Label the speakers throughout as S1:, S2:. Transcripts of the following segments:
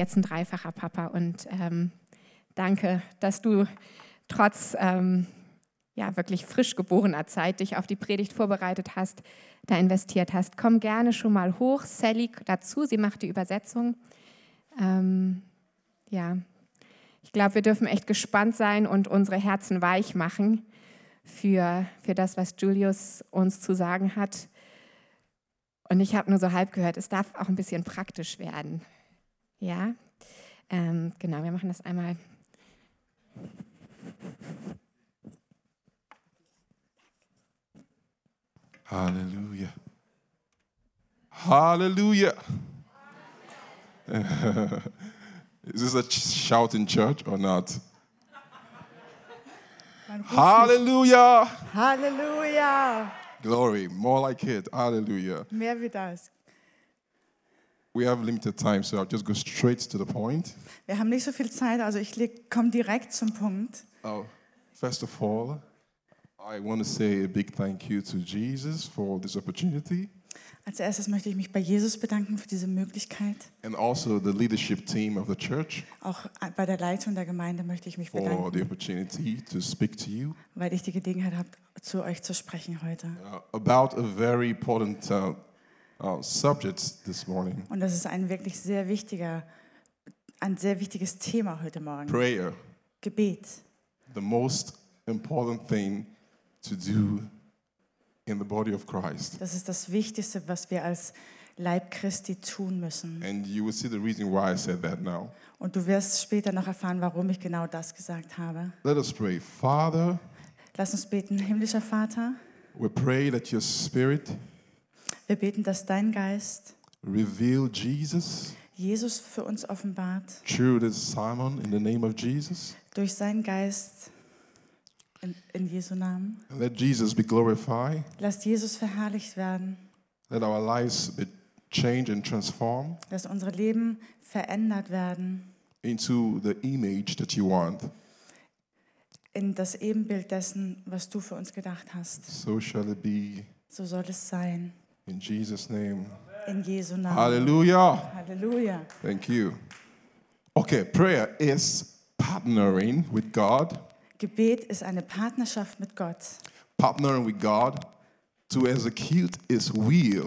S1: jetzt ein dreifacher Papa und ähm, danke, dass du trotz ähm, ja wirklich frisch geborener Zeit dich auf die Predigt vorbereitet hast, da investiert hast. Komm gerne schon mal hoch, Sally dazu, sie macht die Übersetzung. Ähm, ja, ich glaube, wir dürfen echt gespannt sein und unsere Herzen weich machen für, für das, was Julius uns zu sagen hat. Und ich habe nur so halb gehört, es darf auch ein bisschen praktisch werden. Ja, ähm, genau, wir machen das einmal.
S2: Halleluja. Hallelujah. Is this a ch- shout in church or not?
S3: Man ruft
S2: Hallelujah.
S3: nicht, Halleluja!
S2: Glory. More like it. Hallelujah.
S3: Mehr wie das.
S2: We have limited time, so I'll just go straight to the point.
S3: Wir haben nicht so viel Zeit, also ich komme direkt zum Punkt.
S2: Oh, first of all, I want to say a big thank you to Jesus for this opportunity
S3: Als erstes möchte ich mich bei Jesus bedanken für diese Möglichkeit.
S2: and also the leadership team of the church
S3: Auch bei der Leitung der Gemeinde möchte ich mich
S2: for
S3: bedanken,
S2: the opportunity to speak to you
S3: weil ich die Gelegenheit habe, zu euch zu sprechen heute.
S2: uh, about a very important uh, uh, subject this morning
S3: Und das ist ein wirklich sehr wichtiger, ein sehr wichtiges Thema heute Morgen.
S2: prayer.
S3: Gebet.
S2: the most important thing to do in the body of Christ.
S3: Das ist das Wichtigste, was wir als Leib Christi tun müssen.
S2: And you will see the reason why I said that now.
S3: Und du wirst später noch erfahren, warum ich genau das gesagt habe.
S2: Let us pray. Father,
S3: Lass uns beten, himmlischer Vater.
S2: we pray that your spirit
S3: Wir beten, dass dein Geist
S2: reveal Jesus
S3: Jesus für uns offenbart,
S2: through this Simon in the name of Jesus.
S3: durch seinen Geist in, in Jesu Namen.
S2: And let Jesus be glorified.
S3: Lass Jesus verherrlicht werden,
S2: Let our lives be changed and transformed
S3: dass unsere Leben verändert werden
S2: into the image that you want.
S3: in das Ebenbild dessen, was du für uns gedacht hast.
S2: So shall it be
S3: So soll es sein.
S2: in Jesus' name.
S3: In Jesu Namen.
S2: Hallelujah.
S3: Halleluja.
S2: Thank you. Okay, prayer is partnering with God,
S3: Gebet ist eine Partnerschaft mit Gott,
S2: partnering with God to execute His will.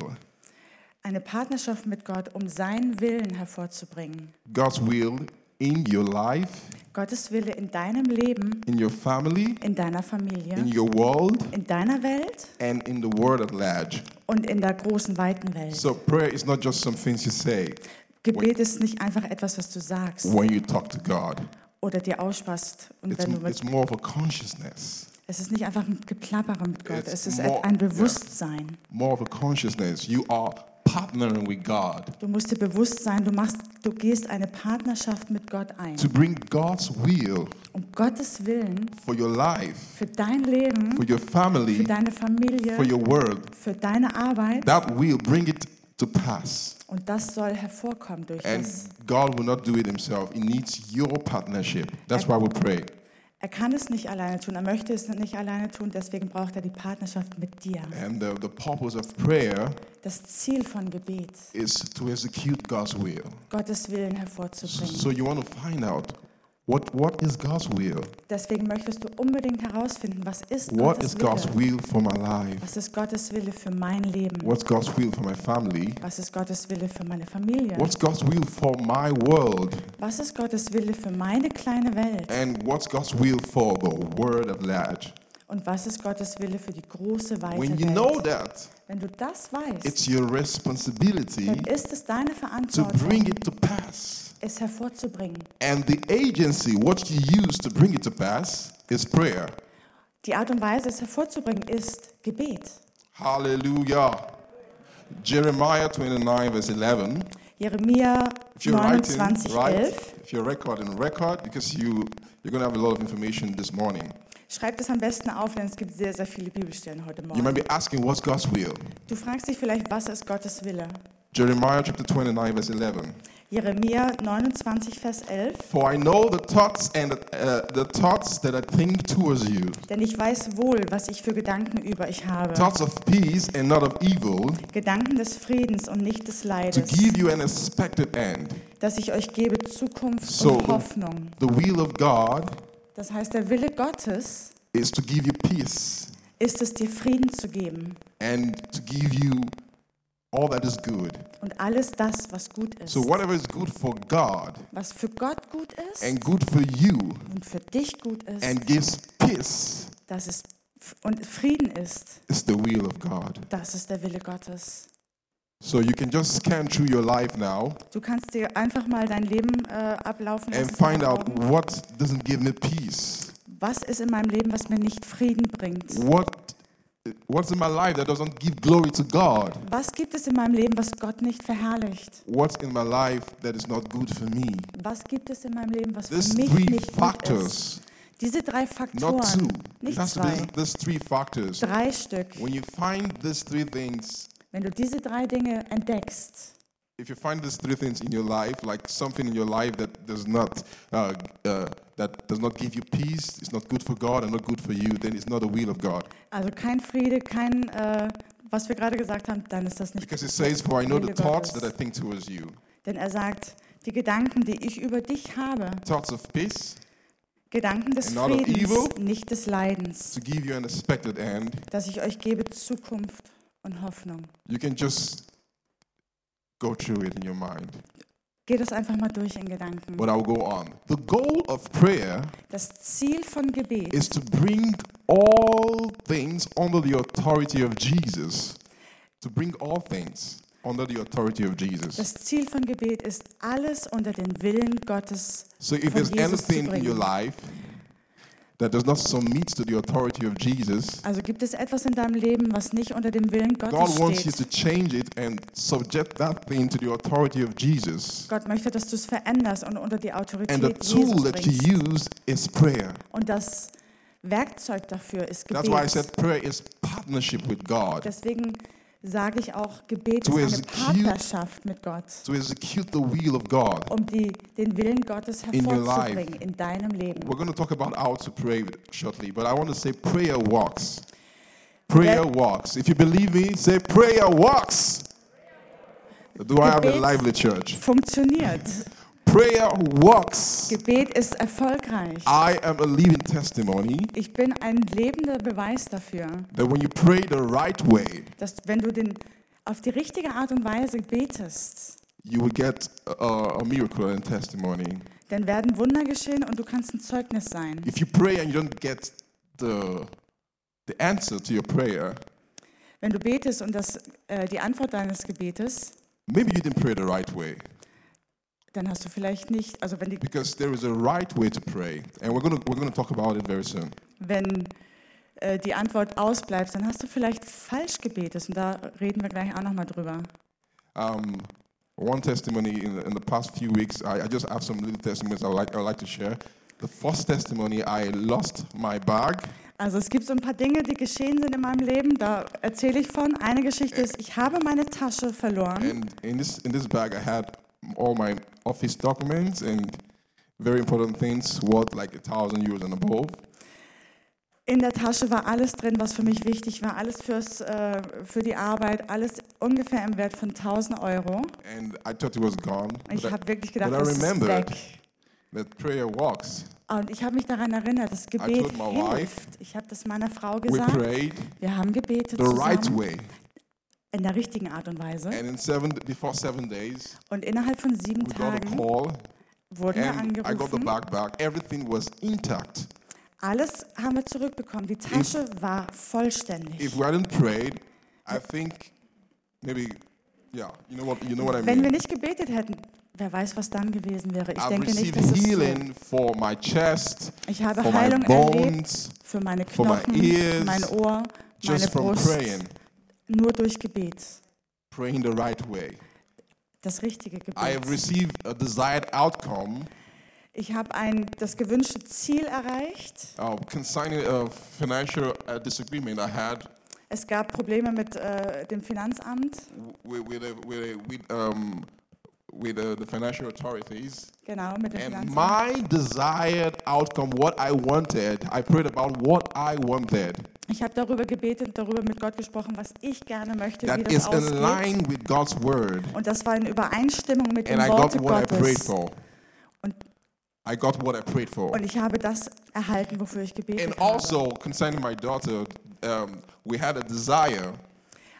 S3: eine Partnerschaft mit Gott, um seinen Willen hervorzubringen.
S2: God's will in your life,
S3: Gottes Wille in deinem Leben,
S2: in your family,
S3: in deiner Familie,
S2: in your world,
S3: in deiner Welt
S2: and in the world at large.
S3: und in der großen weiten Welt.
S2: So, prayer is not just some things you say
S3: Gebet ist nicht einfach etwas, was du sagst
S2: when you talk to God,
S3: oder dir aussparst und
S2: it's,
S3: wenn du mit,
S2: it's more of a consciousness.
S3: es ist nicht einfach ein Geplappere mit Gott,
S2: It's
S3: es ist
S2: more-
S3: ein Bewusstsein.
S2: More of a consciousness. You are partnering with God
S3: Du musst dir bewusst sein, du machst, du gehst eine Partnerschaft mit Gott ein,
S2: to bring God's will
S3: um Gottes Willen
S2: for your life,
S3: für dein Leben,
S2: for your
S3: für
S2: family,
S3: deine Familie,
S2: for your world.
S3: für deine Arbeit
S2: That will bring it to pass.
S3: und das soll hervorkommen durch
S2: And
S3: das.
S2: God will not do it himself. He needs your partnership. That's why we pray.
S3: Er kann es nicht alleine tun, er möchte es nicht alleine tun, deswegen braucht er die Partnerschaft mit dir.
S2: And the, the purpose of prayer
S3: Das Ziel von Gebet,
S2: is to execute God's will.
S3: Gottes Willen hervorzubringen.
S2: So you want to find out what, what is God's will?
S3: Deswegen möchtest du unbedingt herausfinden, was ist
S2: What
S3: Gottes
S2: is God's
S3: Wille?
S2: will for my life?
S3: Was ist Gottes Wille für mein Leben?
S2: What's God's will for my family?
S3: Was ist Gottes Wille für meine Familie?
S2: What's God's will for my world?
S3: Was ist Gottes Wille für meine kleine Welt?
S2: And what's God's will for the world at large?
S3: Und was ist Gottes Wille für die große weite
S2: When you
S3: Welt?
S2: know that,
S3: Wenn du das weißt,
S2: it's your responsibility
S3: dann ist es deine
S2: to
S3: Verantwortung,
S2: bring it to pass.
S3: es hervorzubringen.
S2: And the agency, what you use to bring it to pass, is prayer.
S3: Die Art und Weise, es hervorzubringen, ist Gebet.
S2: Hallelujah. Jeremiah 29, verse 11.
S3: Jeremia
S2: If you're writing,
S3: 29,
S2: write. If you're recording, record, because you, you're going to have a lot of information this morning.
S3: Schreib das am besten auf, denn es gibt sehr, sehr viele Bibelstellen heute
S2: You might
S3: Morgen.
S2: be asking, what's God's will?
S3: Du fragst dich vielleicht, was ist Gottes Wille?
S2: Jeremiah chapter 29, verse 11.
S3: Jeremia 29, Vers 11.
S2: For I know the thoughts and uh, the thoughts that I think towards you,
S3: Denn ich weiß wohl, was ich für Gedanken über euch habe.
S2: thoughts of peace and not of evil,
S3: Gedanken des Friedens und nicht des
S2: to
S3: Leides.
S2: give you an expected end.
S3: Dass ich euch gebe Zukunft
S2: So-
S3: und Hoffnung.
S2: The will of God
S3: Das heißt, der Wille Gottes
S2: is to give you peace
S3: ist es, dir Frieden zu geben.
S2: and to give you all that is good.
S3: Und alles das, was gut ist.
S2: So whatever is good for God
S3: was für Gott gut ist
S2: and good for you
S3: und für dich gut ist,
S2: and gives peace
S3: dass es f- und Frieden ist,
S2: is the will of God.
S3: das ist der Wille Gottes.
S2: So you can just scan through your life now
S3: Du kannst dir einfach mal dein Leben äh, ablaufen lassen.
S2: and find
S3: vor
S2: out
S3: Augen.
S2: what doesn't give me peace.
S3: was ist in meinem Leben, was mir nicht Frieden bringt?
S2: What what's in my life that doesn't give glory to God?
S3: Was gibt es in meinem Leben, was Gott nicht verherrlicht?
S2: What's in my life that is not good for me?
S3: Was gibt es in meinem Leben, was
S2: These
S3: für mich
S2: three
S3: nicht gut ist?
S2: factors,
S3: Diese drei
S2: not two.
S3: Faktoren,
S2: It
S3: nicht
S2: has to be
S3: zwei,
S2: these- these three factors.
S3: drei Stück.
S2: When you find these three things,
S3: Wenn du diese drei Dinge entdeckst,
S2: if you find these three things in your life, like something in your life that does not uh, uh, that does not give you peace, it's not good for God and not good for you, then it's not the will of God.
S3: also kein Friede, kein, äh, was wir gerade gesagt haben, dann ist das nicht
S2: Because it says, "For I know the
S3: Wille
S2: thoughts
S3: Gottes.
S2: that I think towards you,
S3: Denn er sagt, die Gedanken, die ich über dich habe,
S2: thoughts of peace,
S3: Gedanken des
S2: And not of
S3: Friedens,
S2: evil.
S3: nicht des Leidens,
S2: to give you an expected end."
S3: dass ich euch gebe Zukunft und Hoffnung.
S2: You can just go through it in your mind.
S3: Geh das einfach mal durch in Gedanken.
S2: But I'll go on. The goal of prayer
S3: Das Ziel von Gebet
S2: is to bring all things under the authority of Jesus. To bring all things under the authority of Jesus.
S3: das Ziel von Gebet ist, alles unter den Willen Gottes
S2: So
S3: von
S2: if there's
S3: Jesus zu
S2: anything in your
S3: bringen.
S2: life that does not submit to the authority of Jesus,
S3: Also gibt es etwas in deinem Leben, was nicht unter dem Willen Gottes
S2: God wants you
S3: steht.
S2: to change it and subject that thing to the authority of Jesus.
S3: Gott möchte, dass du es veränderst und unter die
S2: And the
S3: Autorität
S2: tool
S3: Jesus
S2: that you
S3: bringst.
S2: use is prayer.
S3: Und das Werkzeug dafür ist
S2: That's why I
S3: Gebet.
S2: said prayer is partnership with God.
S3: Deswegen sage ich auch, Gebet
S2: To
S3: ist eine
S2: execute-
S3: Partnerschaft mit Gott,
S2: to execute the will of God.
S3: um die, den Willen Gottes
S2: In your life.
S3: hervorzubringen in deinem Leben.
S2: We're going to talk about how to pray shortly, but I want to say prayer walks. Prayer
S3: That-
S2: walks. If you believe me, say prayer walks. Do I have a
S3: Gebet-
S2: lively church?
S3: Funktioniert.
S2: Prayer walks.
S3: Gebet ist erfolgreich.
S2: I am a living testimony
S3: Ich bin ein lebender Beweis dafür,
S2: that when you pray the right way,
S3: dass wenn du den, auf die richtige Art und Weise betest,
S2: you will get a, a miracle and testimony.
S3: dann werden Wunder geschehen und du kannst ein Zeugnis sein.
S2: If you pray and you don't get the, the answer to your prayer,
S3: Wenn du betest und das, äh, die Antwort deines Gebetes,
S2: maybe you didn't pray the right way.
S3: dann hast du vielleicht nicht, also wenn die
S2: because there is a right way to pray and we're going to we're going to talk about it very soon
S3: wenn äh, die Antwort ausbleibt, dann hast du vielleicht falsch gebetet. Und da reden wir gleich auch nochmal drüber.
S2: um, one testimony in the, in the past few weeks I, I just have some little testimonies i would like, I would like to share the first testimony i lost my bag
S3: Also es gibt so ein paar Dinge, die geschehen sind in meinem Leben. Da erzähle ich von. Eine Geschichte ist, ich habe meine Tasche verloren.
S2: and in this in this bag i had all my office documents and very important things worth like a thousand euros and above
S3: In der Tasche war alles drin, was für mich wichtig war. Alles fürs, äh, für die Arbeit. Alles ungefähr im Wert von 1000 Euro.
S2: and i thought it was gone
S3: Ich
S2: I-
S3: habe wirklich gedacht,
S2: but I
S3: das ist
S2: remembered
S3: weg.
S2: that prayer walks
S3: Und ich habe mich daran erinnert, das Gebet
S2: told my wife,
S3: hilft. Ich habe das meiner Frau
S2: we
S3: gesagt.
S2: prayed
S3: Wir haben gebetet
S2: the right
S3: zusammen,
S2: way
S3: in der richtigen Art und Weise.
S2: and in seven before seven days
S3: Und innerhalb von sieben
S2: we got a
S3: Tagen
S2: call
S3: wurden wir
S2: and I got the
S3: angerufen.
S2: bag back. Everything was intact.
S3: Alles haben wir zurückbekommen. Die Tasche war vollständig.
S2: If we hadn't prayed, I think maybe, yeah, you know what you know what I
S3: Wenn
S2: mean.
S3: wir nicht gebetet hätten, wer weiß, was dann gewesen wäre. Ich
S2: I've
S3: denke nicht,
S2: received
S3: dass es so.
S2: healing for my chest,
S3: Ich habe
S2: for my
S3: Heilung erlebt
S2: bones,
S3: für meine
S2: for my
S3: Knochen,
S2: ears,
S3: mein Ohr, meine
S2: just from
S3: Brust,
S2: praying,
S3: nur durch Gebet.
S2: praying the right way.
S3: Das richtige
S2: I have
S3: Gebet.
S2: received a desired outcome
S3: Ich habe ein das gewünschte Ziel erreicht.
S2: uh, concerning a financial uh, disagreement I had
S3: Es gab Probleme mit äh, dem Finanzamt,
S2: with, with, uh, with, uh, with, um, with uh, the financial authorities.
S3: genau, mit dem
S2: And
S3: Finanzamt.
S2: my desired outcome, what I wanted, I prayed about what I wanted.
S3: Ich habe darüber gebetet und darüber mit Gott gesprochen, was ich gerne möchte, wie
S2: That
S3: das
S2: is
S3: ausgeht.
S2: in line with God's word.
S3: Und das war in Übereinstimmung mit den
S2: And I got
S3: Worten
S2: what I prayed
S3: Gottes.
S2: for.
S3: Und,
S2: I got what I prayed for.
S3: und ich habe das erhalten, wofür ich gebetet
S2: And
S3: habe.
S2: also concerning my daughter, um, we had a desire,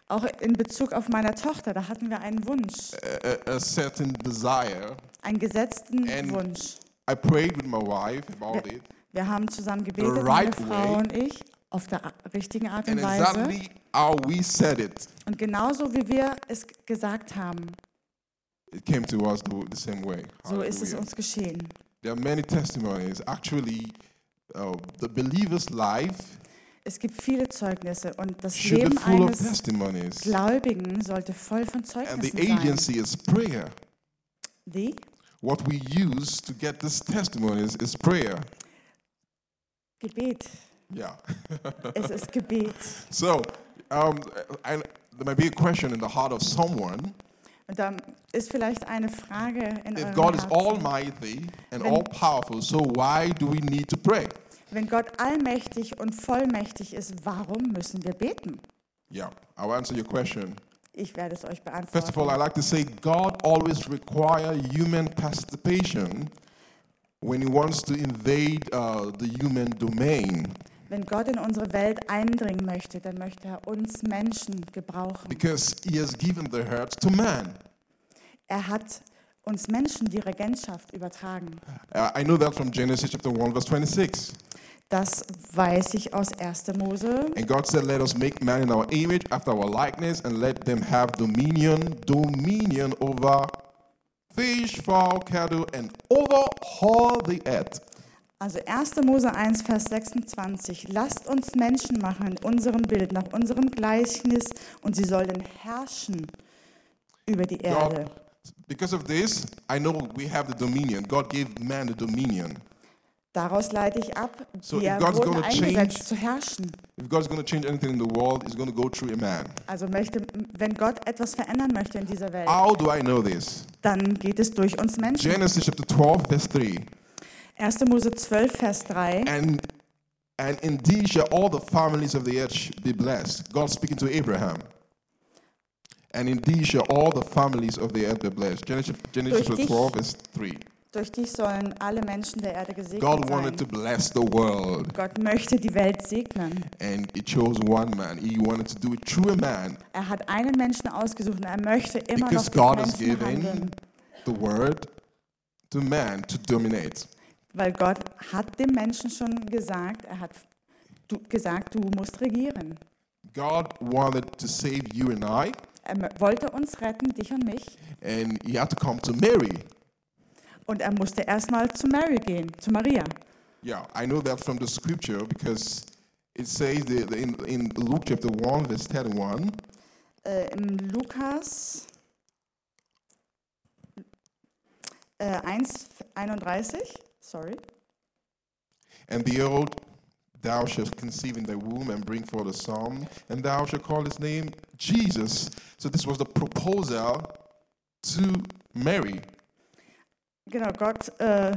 S3: Auch in Bezug auf meiner Tochter, da hatten wir einen Wunsch,
S2: a, a a certain desire.
S3: einen gesetzten
S2: And-
S3: Wunsch.
S2: I prayed with my wife about it,
S3: Wir haben zusammen gebetet,
S2: right
S3: meine Frau
S2: way.
S3: und ich, auf der a- richtigen Art
S2: and
S3: und Weise.
S2: exactly how we said it,
S3: Und genauso wie wir es g- gesagt haben,
S2: it came to us the, the same way.
S3: so ist es
S2: Hallelujah.
S3: uns geschehen.
S2: There are many testimonies. Actually, uh, the believer's life
S3: Es gibt viele Zeugnisse und das
S2: should be
S3: Leben
S2: full of
S3: eines
S2: testimonies.
S3: Gläubigen sollte voll von
S2: And the
S3: Zeugnissen sein.
S2: agency is prayer.
S3: Die?
S2: What we use to get these testimonies is prayer.
S3: Gebet.
S2: Yeah.
S3: Es ist Gebet.
S2: So, um, I, there might be a question in the heart of someone.
S3: Und da ist vielleicht eine Frage in
S2: If
S3: eurem
S2: God is
S3: Herzen.
S2: almighty and
S3: Wenn-
S2: all powerful, so why do we need to pray?
S3: Wenn Gott allmächtig und vollmächtig ist, warum müssen wir beten?
S2: Yeah, I'll answer your question.
S3: Ich werde es euch beantworten.
S2: First of all, I like to say God always requires human participation when He wants to invade uh, the human domain,
S3: Wenn Gott in unsere Welt eindringen möchte, dann möchte er uns Menschen gebrauchen.
S2: because He has given the hurt to man.
S3: Er hat uns Menschen die Regentschaft übertragen.
S2: Uh, I know that from Genesis chapter one, verse twenty-six.
S3: Das weiß ich aus 1. Mose.
S2: And God said, Let us make man in our image, after our likeness, and let them have dominion, dominion over fish, fowl, cattle, and over all the earth.
S3: Also 1. Mose 1, Vers 26. Lasst uns Menschen machen in unserem Bild, nach unserem Gleichnis, und sie sollen herrschen über die Erde.
S2: God, because of this, I know we have the dominion. God gave man the dominion.
S3: Daraus leite ich ab,
S2: So
S3: wir
S2: if God's
S3: wurden
S2: gonna
S3: eingesetzt
S2: change-
S3: zu herrschen.
S2: If God's going to change anything in the world, it's going to go through a man.
S3: Also möchte, wenn Gott etwas verändern möchte in dieser Welt,
S2: How do I know this?
S3: dann geht es durch uns Menschen.
S2: Genesis chapter 12, verse 3.
S3: 1. Mose 12, Vers 3.
S2: And and indeed shall all the families of the earth be blessed. God speaking to Abraham. And indeed shall all the families of the earth be blessed. Genesis, Genesis
S3: Durch dich-
S2: 12, verse 3.
S3: Durch dich sollen alle Menschen der Erde gesegnet
S2: God wanted to
S3: sein.
S2: bless the world,
S3: Gott möchte die Welt segnen.
S2: and He chose one man. He wanted to do it through a man
S3: Er hat einen Menschen ausgesucht und er möchte immer
S2: because
S3: noch
S2: God has
S3: durch Menschen handeln.
S2: given the word to man to dominate.
S3: Weil Gott hat dem Menschen schon gesagt, er hat du, gesagt, du musst regieren.
S2: God wanted to save you and I,
S3: Er mö- wollte uns retten, dich und mich.
S2: and He had to come to Mary.
S3: Und er musste erstmal zu Mary gehen, zu Maria.
S2: Yeah, I know that from the scripture because it says the, the- in, in Luke chapter 1, verse 31,
S3: Äh, Im Lukas äh, 1, 31, sorry.
S2: and behold, thou shalt conceive in thy womb and bring forth a son, and thou shalt call his name Jesus. So this was the proposal to Mary.
S3: Genau, Gott äh,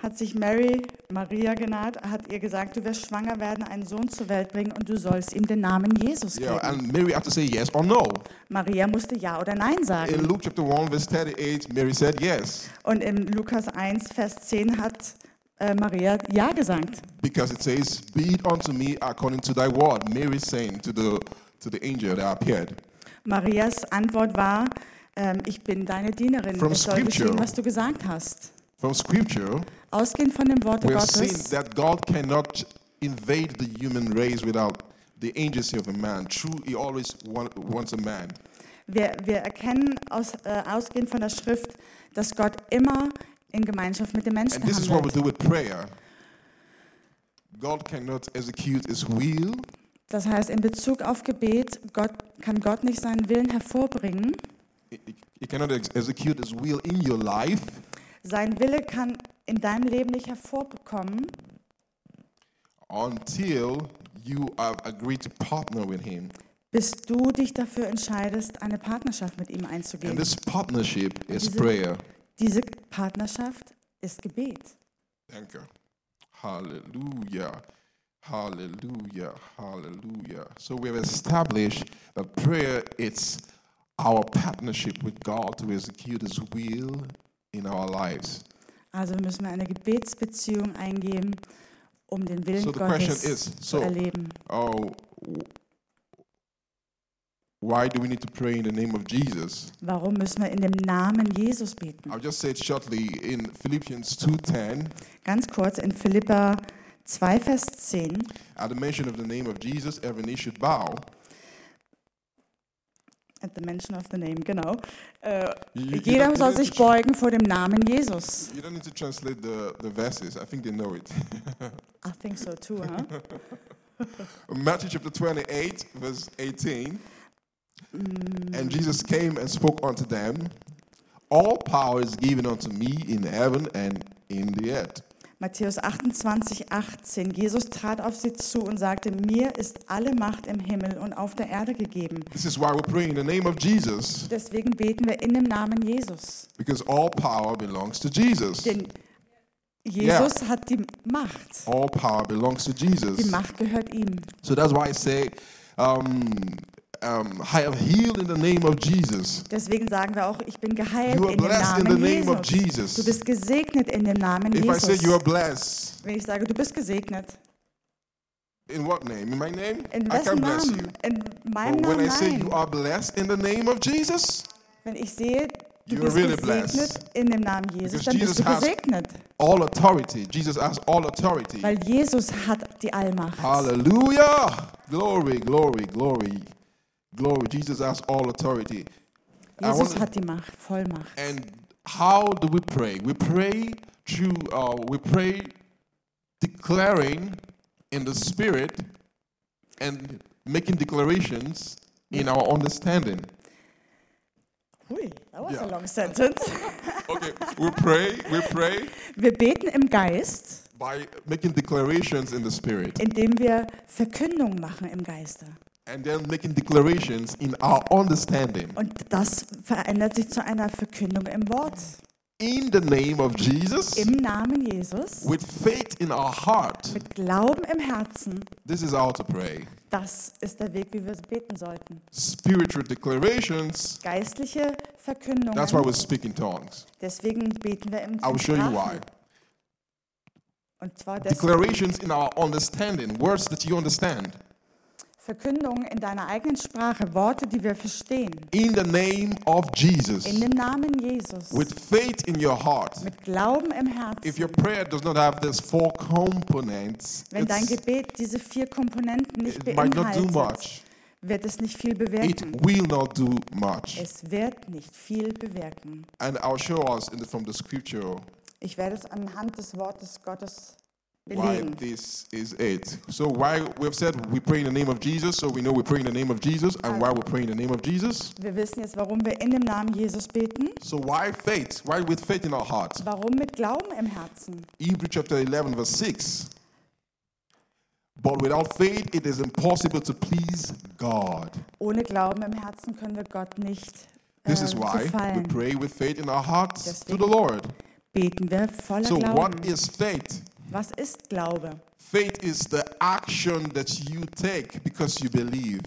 S3: hat sich Mary, Maria genannt, hat ihr gesagt, du wirst schwanger werden, einen Sohn zur Welt bringen und du sollst ihm den Namen Jesus geben.
S2: Yeah, and Mary had to say yes or no.
S3: Maria musste Ja oder Nein sagen.
S2: In Luke chapter 1, verse 38, Mary said yes
S3: Und in Lukas 1, Vers 10 hat äh, Maria Ja gesagt.
S2: because it says, Be it unto me according to thy word. Mary saying to the, to the angel that appeared.
S3: Marias Antwort war, ähm, ich bin deine Dienerin.
S2: From
S3: es soll
S2: scripture.
S3: geschehen, was du gesagt hast.
S2: From scripture,
S3: Ausgehend von dem Worte
S2: We have seen
S3: Gottes
S2: that God cannot invade the human race without the agency of a man. True, He always want, wants a man.
S3: wir, wir erkennen aus, äh, ausgehend von der Schrift, dass Gott immer in Gemeinschaft mit den Menschen
S2: And this is what we
S3: handelt.
S2: do with prayer. God cannot execute His will
S3: Das heißt, in Bezug auf Gebet Gott, kann Gott nicht seinen Willen hervorbringen.
S2: He- He he cannot ex- execute His will in your life
S3: Sein Wille kann in deinem Leben nicht hervorkommen,
S2: until you have agreed to partner with Him.
S3: bis du dich dafür entscheidest, eine Partnerschaft mit ihm einzugehen.
S2: And this partnership is
S3: Is it-
S2: prayer.
S3: Diese Partnerschaft ist Gebet.
S2: Danke. Hallelujah. Hallelujah. Hallelujah. So we have established that prayer it's our partnership with God to execute his will in our lives.
S3: Also müssen wir eine Gebetsbeziehung eingehen, um den Willen
S2: So the question
S3: Gottes
S2: is so
S3: zu erleben.
S2: oh why do we need to pray in the name of Jesus?
S3: Warum müssen wir in dem Namen Jesus beten?
S2: I'll just say it shortly in Philippians 2:10
S3: Ganz kurz in Philippa 2, Vers 10.
S2: at the mention of the name of Jesus every knee should bow.
S3: At the mention of the name, genau. Äh,
S2: You- you
S3: jeder
S2: don't- you
S3: soll
S2: don't
S3: sich
S2: need to-
S3: beugen vor dem Namen Jesus.
S2: You don't need to translate the, the verses. I think they know it.
S3: I think so too, huh?
S2: Matthew chapter 28, verse 18.
S3: Mm.
S2: And Jesus came and spoke unto them, All power is given unto me in heaven and in the earth.
S3: Matthäus 28, 18. Jesus trat auf sie zu und sagte, mir ist alle Macht im Himmel und auf der Erde gegeben.
S2: This is why we pray in the name of Jesus,
S3: Deswegen beten wir in dem Namen Jesus.
S2: because all power belongs to Jesus.
S3: Denn Jesus hat die Macht.
S2: All power belongs to Jesus.
S3: Die Macht gehört ihm.
S2: So that's why I say, um, um, I am healed in the name of Jesus.
S3: Deswegen sagen wir auch, ich bin geheilt
S2: You are
S3: in dem
S2: blessed in
S3: Namen
S2: the name of
S3: Jesus.
S2: Jesus.
S3: Du bist gesegnet in dem Namen
S2: If I say you are
S3: Jesus.
S2: blessed,
S3: Wenn ich sage, du bist gesegnet,
S2: In what name? In my name?
S3: in
S2: I
S3: wessen
S2: can bless you.
S3: Namen? In meinem
S2: But when
S3: Namen
S2: I say you
S3: nein.
S2: are blessed in the name of Jesus,
S3: Wenn ich sehe, du
S2: You are
S3: bist
S2: really
S3: gesegnet
S2: blessed.
S3: in dem Namen Jesus,
S2: Because
S3: dann bist
S2: Jesus
S3: du
S2: has-
S3: gesegnet.
S2: all authority. Jesus has all authority.
S3: Weil Jesus hat die Allmacht.
S2: Hallelujah. Glory, glory, glory. Glory. Jesus has all authority. I
S3: Jesus
S2: wanna-
S3: hat die Macht, Vollmacht.
S2: and how do we pray? We pray through uh, we pray declaring in the spirit and making declarations in our understanding.
S3: Hui, that was
S2: Ja.
S3: a long sentence.
S2: Okay, we pray, we pray.
S3: Wir beten im Geist,
S2: by making declarations in the spirit
S3: indem wir Verkündung machen im Geiste.
S2: and then making declarations in our understanding
S3: Und das verändert sich zu einer Verkündung im Wort.
S2: in the name of Jesus
S3: Im Namen Jesus,
S2: with faith in our heart.
S3: mit Glauben im Herzen,
S2: This is how to pray.
S3: das ist der Weg, wie wir beten sollten.
S2: Spiritual declarations.
S3: Geistliche Verkündung.
S2: That's why we speak in tongues.
S3: Deswegen beten wir im
S2: I will show you why.
S3: Sprachen. Und zwar deswegen
S2: Declarations in our understanding, words that you understand.
S3: Verkündung in deiner eigenen Sprache, Worte, die wir verstehen.
S2: In the name of Jesus.
S3: In dem Namen Jesus.
S2: With faith in your heart.
S3: Mit Glauben im Herzen.
S2: If your prayer does not have these four components,
S3: Wenn dein
S2: it's-
S3: Gebet diese vier Komponenten nicht
S2: it might not do
S3: beinhaltet,
S2: much.
S3: wird es nicht viel
S2: It
S3: bewirken.
S2: will not do much.
S3: Es wird nicht viel bewirken.
S2: And I'll show us in the, from the scripture
S3: Ich werde es anhand des Wortes Gottes
S2: why
S3: belegen.
S2: this is it. So why we've said we pray in the name of Jesus, so we know we pray in the name of Jesus, and why we pray in the name of Jesus.
S3: Wir wissen jetzt, warum wir in dem Namen Jesus beten.
S2: So why faith? Why with faith in our hearts?
S3: Warum mit Glauben im Herzen?
S2: Hebrew chapter 11 verse 6. But without faith it is impossible to please God.
S3: Ohne Glauben im Herzen können wir Gott nicht äh,
S2: This is why we
S3: gefallen.
S2: pray with faith in our hearts to the
S3: Deswegen-
S2: Lord.
S3: Beten wir voller
S2: So what
S3: Glauben.
S2: is faith?
S3: Was ist Glaube?
S2: Faith is the action that you take because you believe.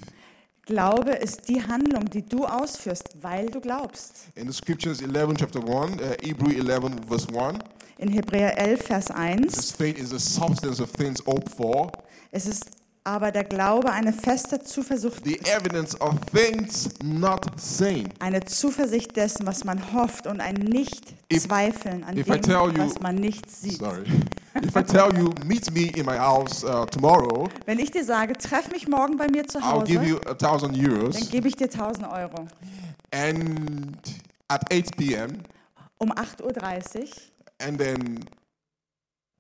S3: Glaube ist die Handlung, die du ausführst, weil du glaubst.
S2: In the scriptures 11 chapter 1, uh, Hebrew 11 verse 1,
S3: In Hebräer 11, Vers 1.
S2: this faith is the substance of things hoped for,
S3: Es ist aber der Glaube eine feste Zuversicht,
S2: the evidence of things not seen.
S3: eine Zuversicht dessen, was man hofft und ein
S2: If-
S3: Nicht-Zweifeln an
S2: if I
S3: dem,
S2: tell you-
S3: was man nicht sieht.
S2: Sorry. if I tell you, meet me in my house uh, tomorrow,
S3: Wenn ich dir sage, treff mich morgen bei mir zu
S2: I'll give
S3: Hause,
S2: you a thousand
S3: dann
S2: euros.
S3: gebe ich dir 1000 Euro.
S2: And at 8 p.m.,
S3: Um 8.30 Uhr.
S2: and then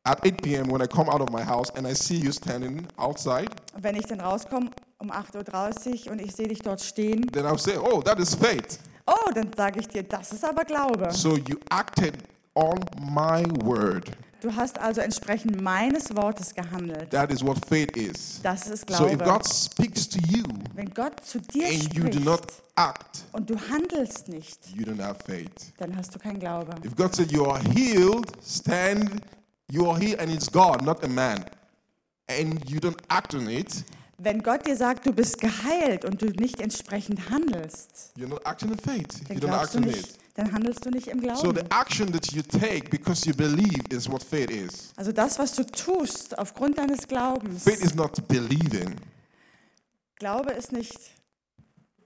S2: at 8 p.m., when I come out of my house and I see you standing outside,
S3: Und wenn ich dann rauskomme, um 8.30 Uhr und ich sehe dich dort stehen,
S2: then I'll say, Oh, that is faith.
S3: oh, dann sage ich dir, das ist aber Glaube.
S2: So you acted on my word.
S3: Du hast also entsprechend meines Wortes gehandelt.
S2: That is what faith is.
S3: Das ist
S2: So if
S3: Glaube.
S2: God speaks to you
S3: Wenn Gott zu dir
S2: and you do not
S3: spricht
S2: act,
S3: und du handelst nicht,
S2: you don't have faith.
S3: dann hast du keinen Glaube.
S2: If God said you are healed, stand, you are healed, and it's God, not a man, and you don't act on it,
S3: Wenn Gott dir sagt, du bist geheilt und du nicht entsprechend handelst,
S2: you're not acting in faith. If
S3: dann,
S2: you don't
S3: glaubst
S2: act on
S3: du
S2: it.
S3: nicht, dann handelst du nicht im
S2: So
S3: Glauben.
S2: the action that you take because you believe is what faith is.
S3: Also das, was du tust aufgrund deines Glaubens,
S2: Faith is not believing.
S3: Glaube ist nicht,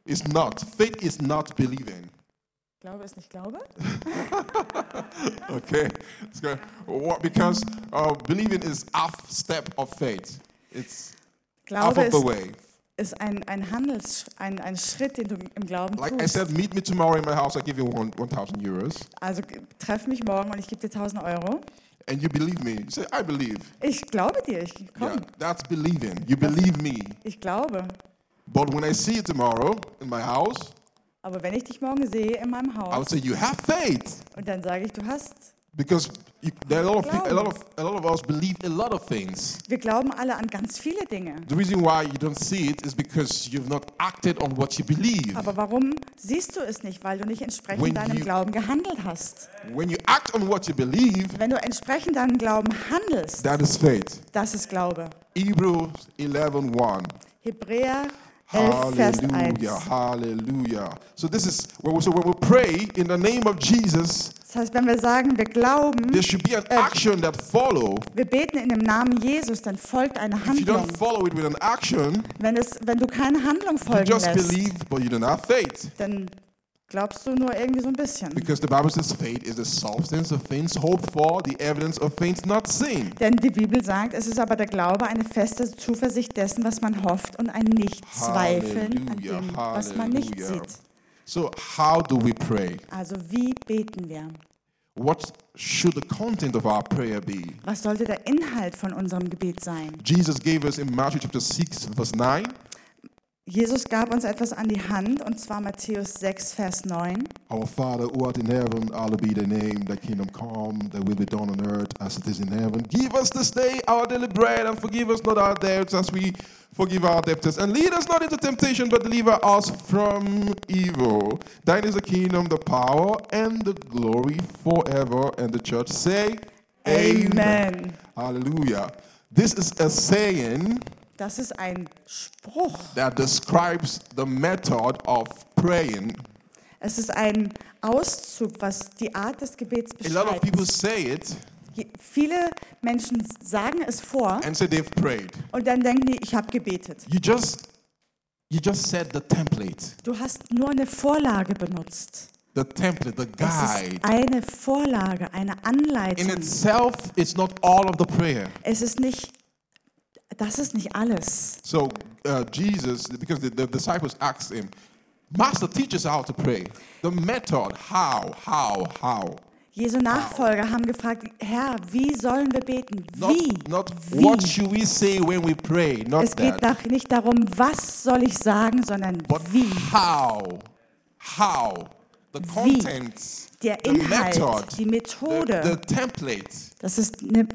S2: It's not. Faith is not believing.
S3: Glaube ist nicht Glaube.
S2: Okay. It's good. What, because uh, believing is half step of faith. It's half
S3: Glaube
S2: of the
S3: ist,
S2: way.
S3: ist ein, ein Handels, ein, ein Schritt, den du im Glauben
S2: Like I
S3: tust.
S2: said, meet me tomorrow in my house. I give you one one thousand euros,
S3: Also g- treff mich morgen und ich gebe dir 1000 Euro.
S2: and you believe me. You say I believe.
S3: Ich glaube dir, ich komm,
S2: Yeah, that's believing. You believe me.
S3: ich glaube.
S2: But when I see you tomorrow in my house,
S3: Aber wenn ich dich morgen sehe in meinem
S2: I would
S3: Haus
S2: say you have faith.
S3: und dann sage ich, du hast,
S2: Because you, there are a lot of things, a lot of a
S3: Glauben.
S2: lot of us believe a lot of things.
S3: wir glauben alle an ganz viele Dinge.
S2: The reason why you don't see it is because you've not acted on what you believe.
S3: Aber warum siehst du es nicht? Weil du nicht entsprechend
S2: When
S3: deinem
S2: you-
S3: Glauben gehandelt hast.
S2: When you act on what you believe,
S3: Wenn du entsprechend deinem Glauben handelst,
S2: that is faith.
S3: das ist Glaube.
S2: Hebrews 11:1.
S3: Hebräer 11, Vers 1.
S2: Hallelujah. Hallelujah. So this is when we, so when we pray in the name of Jesus,
S3: Das heißt, wenn wir sagen, wir glauben,
S2: there should be an action that follow.
S3: wir beten in dem Namen Jesus, dann folgt eine
S2: If you
S3: Handlung.
S2: don't follow it with an action,
S3: Wenn, es, wenn du keine Handlung
S2: you
S3: folgen
S2: just
S3: lässt,
S2: believe but you don't have faith.
S3: dann glaubst du nur irgendwie so ein bisschen.
S2: Because the Bible says faith is the substance of things hoped for, the evidence of things not seen.
S3: Denn die Bibel sagt, es ist aber der Glaube eine feste Zuversicht dessen, was man hofft und ein Nichtzweifeln an
S2: Hallelujah,
S3: dem, was man nicht
S2: hallelujah.
S3: sieht.
S2: So how do we pray?
S3: Also wie beten wir?
S2: What should the content of our prayer be?
S3: Was sollte der Inhalt von unserem Gebet sein?
S2: Jesus gave us in Matthew chapter 6 verse 9,
S3: Jesus gab uns etwas an die Hand, und zwar Matthäus 6, Vers 9.
S2: Our Father who art in heaven, hallowed be thy name, thy kingdom come, thy will be done on earth as it is in heaven. Give us this day our daily bread and forgive us not our debts as we forgive our debtors. And lead us not into temptation, but deliver us from evil. Thine is the kingdom, the power, and the glory forever. And the church say,
S3: Amen.
S2: Hallelujah. This is a saying
S3: Das ist ein Spruch.
S2: that describes the method of praying.
S3: Es ist ein Auszug, was die Art des Gebets
S2: A lot of
S3: beschreibt.
S2: people say it
S3: Je- Viele Menschen sagen es vor
S2: and say they've prayed.
S3: und dann denken die, ich habe gebetet.
S2: You just you just said the template.
S3: Du hast nur eine Vorlage benutzt.
S2: The template, the
S3: Es
S2: guide.
S3: ist eine Vorlage, eine
S2: In
S3: Anleitung.
S2: itself, it's not all of the prayer.
S3: Es ist nicht, das ist nicht alles.
S2: So uh, Jesus, because the, the disciples asked him, Master, teach us how to pray. The method, how, how, how.
S3: Jesu Nachfolger haben gefragt, Herr, wie sollen wir beten?
S2: Not,
S3: Wie?
S2: not what
S3: wie?
S2: should we say when we pray, not
S3: Es geht
S2: that.
S3: nach, nicht darum, was soll ich sagen, sondern
S2: but
S3: wie.
S2: how, how, the contents,
S3: Der
S2: the method,
S3: Inhalt, die Methode,
S2: the, the template.
S3: das ist eine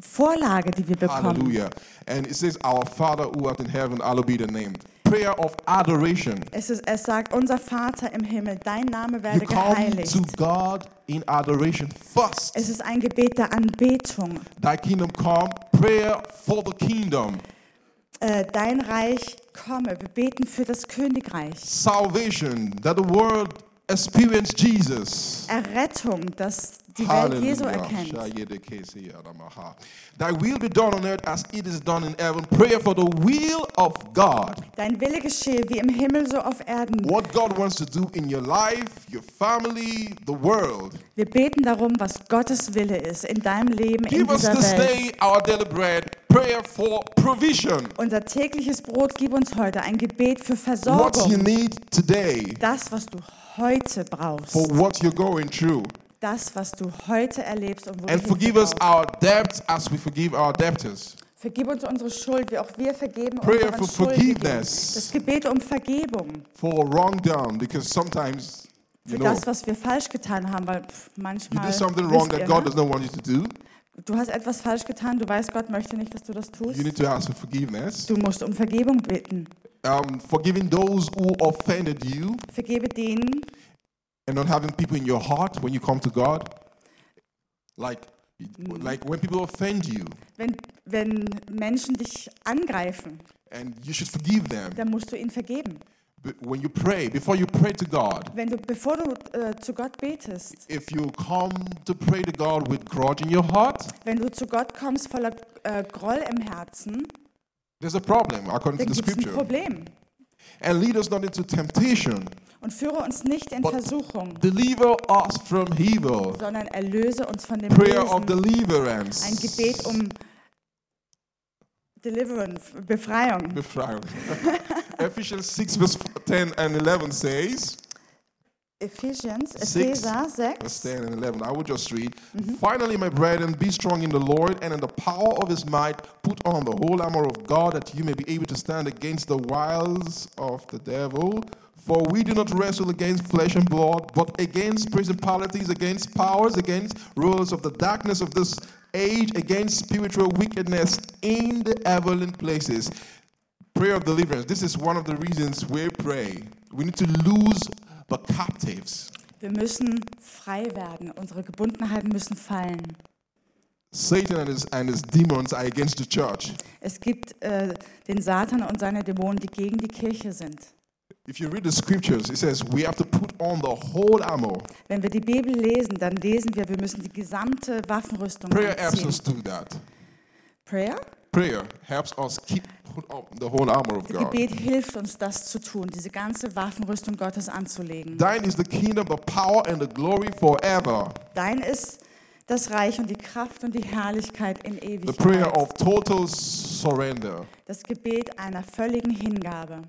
S3: Vorlage, die wir bekommen.
S2: Hallelujah. And it says, Our Father who art in heaven, hallowed be thy name. Prayer of adoration.
S3: Es, ist, es sagt, unser Vater im Himmel, dein Name
S2: You
S3: werde
S2: come
S3: geheiligt.
S2: to God in adoration first.
S3: Es ist ein Gebet der Anbetung.
S2: Thy kingdom come, prayer for the kingdom,
S3: Äh, dein Reich komme. Wir beten für das Königreich.
S2: salvation, that the world experience Jesus.
S3: Errettung, dass die Welt Jesu erkennt.
S2: Hallelujah. Thy will be done on earth as it is done in heaven. Prayer for the will of God.
S3: Dein Wille geschehe wie im Himmel so auf Erden.
S2: What God wants to do in your life, your family, the world.
S3: Wir beten darum, was Gottes Wille ist in deinem Leben, in
S2: Give us
S3: dieser
S2: this
S3: Welt.
S2: day our daily bread, prayer for provision.
S3: Unser tägliches Brot gib uns heute, ein Gebet für
S2: What you
S3: Versorgung.
S2: need today
S3: Das, was du
S2: for
S3: heute brauchst,
S2: what you're going through.
S3: das, was du heute erlebst und wo
S2: And
S3: du
S2: forgive us
S3: hinkommst.
S2: our debts as we forgive our debtors.
S3: Vergib uns unsere Schuld, wie auch wir vergeben
S2: Prayer
S3: unseren
S2: for
S3: Schuldigen.
S2: forgiveness.
S3: Das Gebet um Vergebung
S2: For wrong done, because sometimes
S3: für
S2: you know
S3: das, was wir falsch getan haben, weil pff,
S2: you
S3: manchmal
S2: do something
S3: wisst
S2: wrong
S3: ihr,
S2: that God
S3: ne?
S2: does not want you to do.
S3: Du hast etwas falsch getan, du weißt, Gott möchte nicht, dass du das tust.
S2: You need to ask for forgiveness.
S3: Du musst um Vergebung bitten.
S2: Um, forgiving those who offended you
S3: Vergebe denen,
S2: and not having people in your heart when you come to God. Like, like when people offend you,
S3: wenn, wenn Menschen dich angreifen,
S2: and you should forgive them.
S3: dann musst du ihnen vergeben.
S2: But when you pray, before you pray to God,
S3: Wenn du, bevor du äh, zu Gott betest,
S2: if you come to pray to God with grudge in your heart,
S3: wenn du zu Gott kommst voller äh, Groll im Herzen,
S2: there's a problem according to
S3: dann
S2: the
S3: gibt es ein
S2: scripture.
S3: Problem.
S2: And lead us not into temptation,
S3: Und führe uns nicht in
S2: But-
S3: Versuchung,
S2: deliver us from evil.
S3: sondern erlöse uns von dem
S2: Prayer of
S3: Bösen.
S2: deliverance.
S3: Ein Gebet um Deliverance, Befreiung.
S2: Befreiung. Ephesians 6, verse 10 and 11 says,
S3: Ephesians,
S2: Six. Mm-hmm.
S3: Epheser 6.
S2: verse 10 and 11, I will just read. Finally, my brethren, be strong in the Lord and in the power of his might. Put on the whole armor of God that you may be able to stand against the wiles of the devil. For we do not wrestle against flesh and blood, but against principalities, against powers, against rulers of the darkness of this age, against spiritual wickedness in the heavenly places. Prayer of deliverance. This is one of the reasons we pray. We need to lose the captives.
S3: Wir müssen frei werden. Unsere Gebundenheiten müssen fallen.
S2: Satan and his, and his demons are against the church.
S3: Es gibt äh, den Satan und seine Dämonen, die gegen die Kirche sind.
S2: If you read the scriptures, it says we have to put on the whole armor.
S3: Wenn wir die Bibel lesen, dann lesen wir, wir müssen die gesamte Waffenrüstung
S2: Prayer Oh helps
S3: anziehen.
S2: us do that.
S3: Prayer?
S2: Prayer helps us keep put on the whole armor of God.
S3: Gebet hilft uns, das zu tun, diese ganze Waffenrüstung Gottes anzulegen.
S2: Thine is the kingdom, the power, and the glory forever.
S3: Dein ist das Reich und die Kraft und die Herrlichkeit in
S2: The prayer
S3: Ewigkeit.
S2: of total surrender.
S3: Das Gebet einer völligen Hingabe.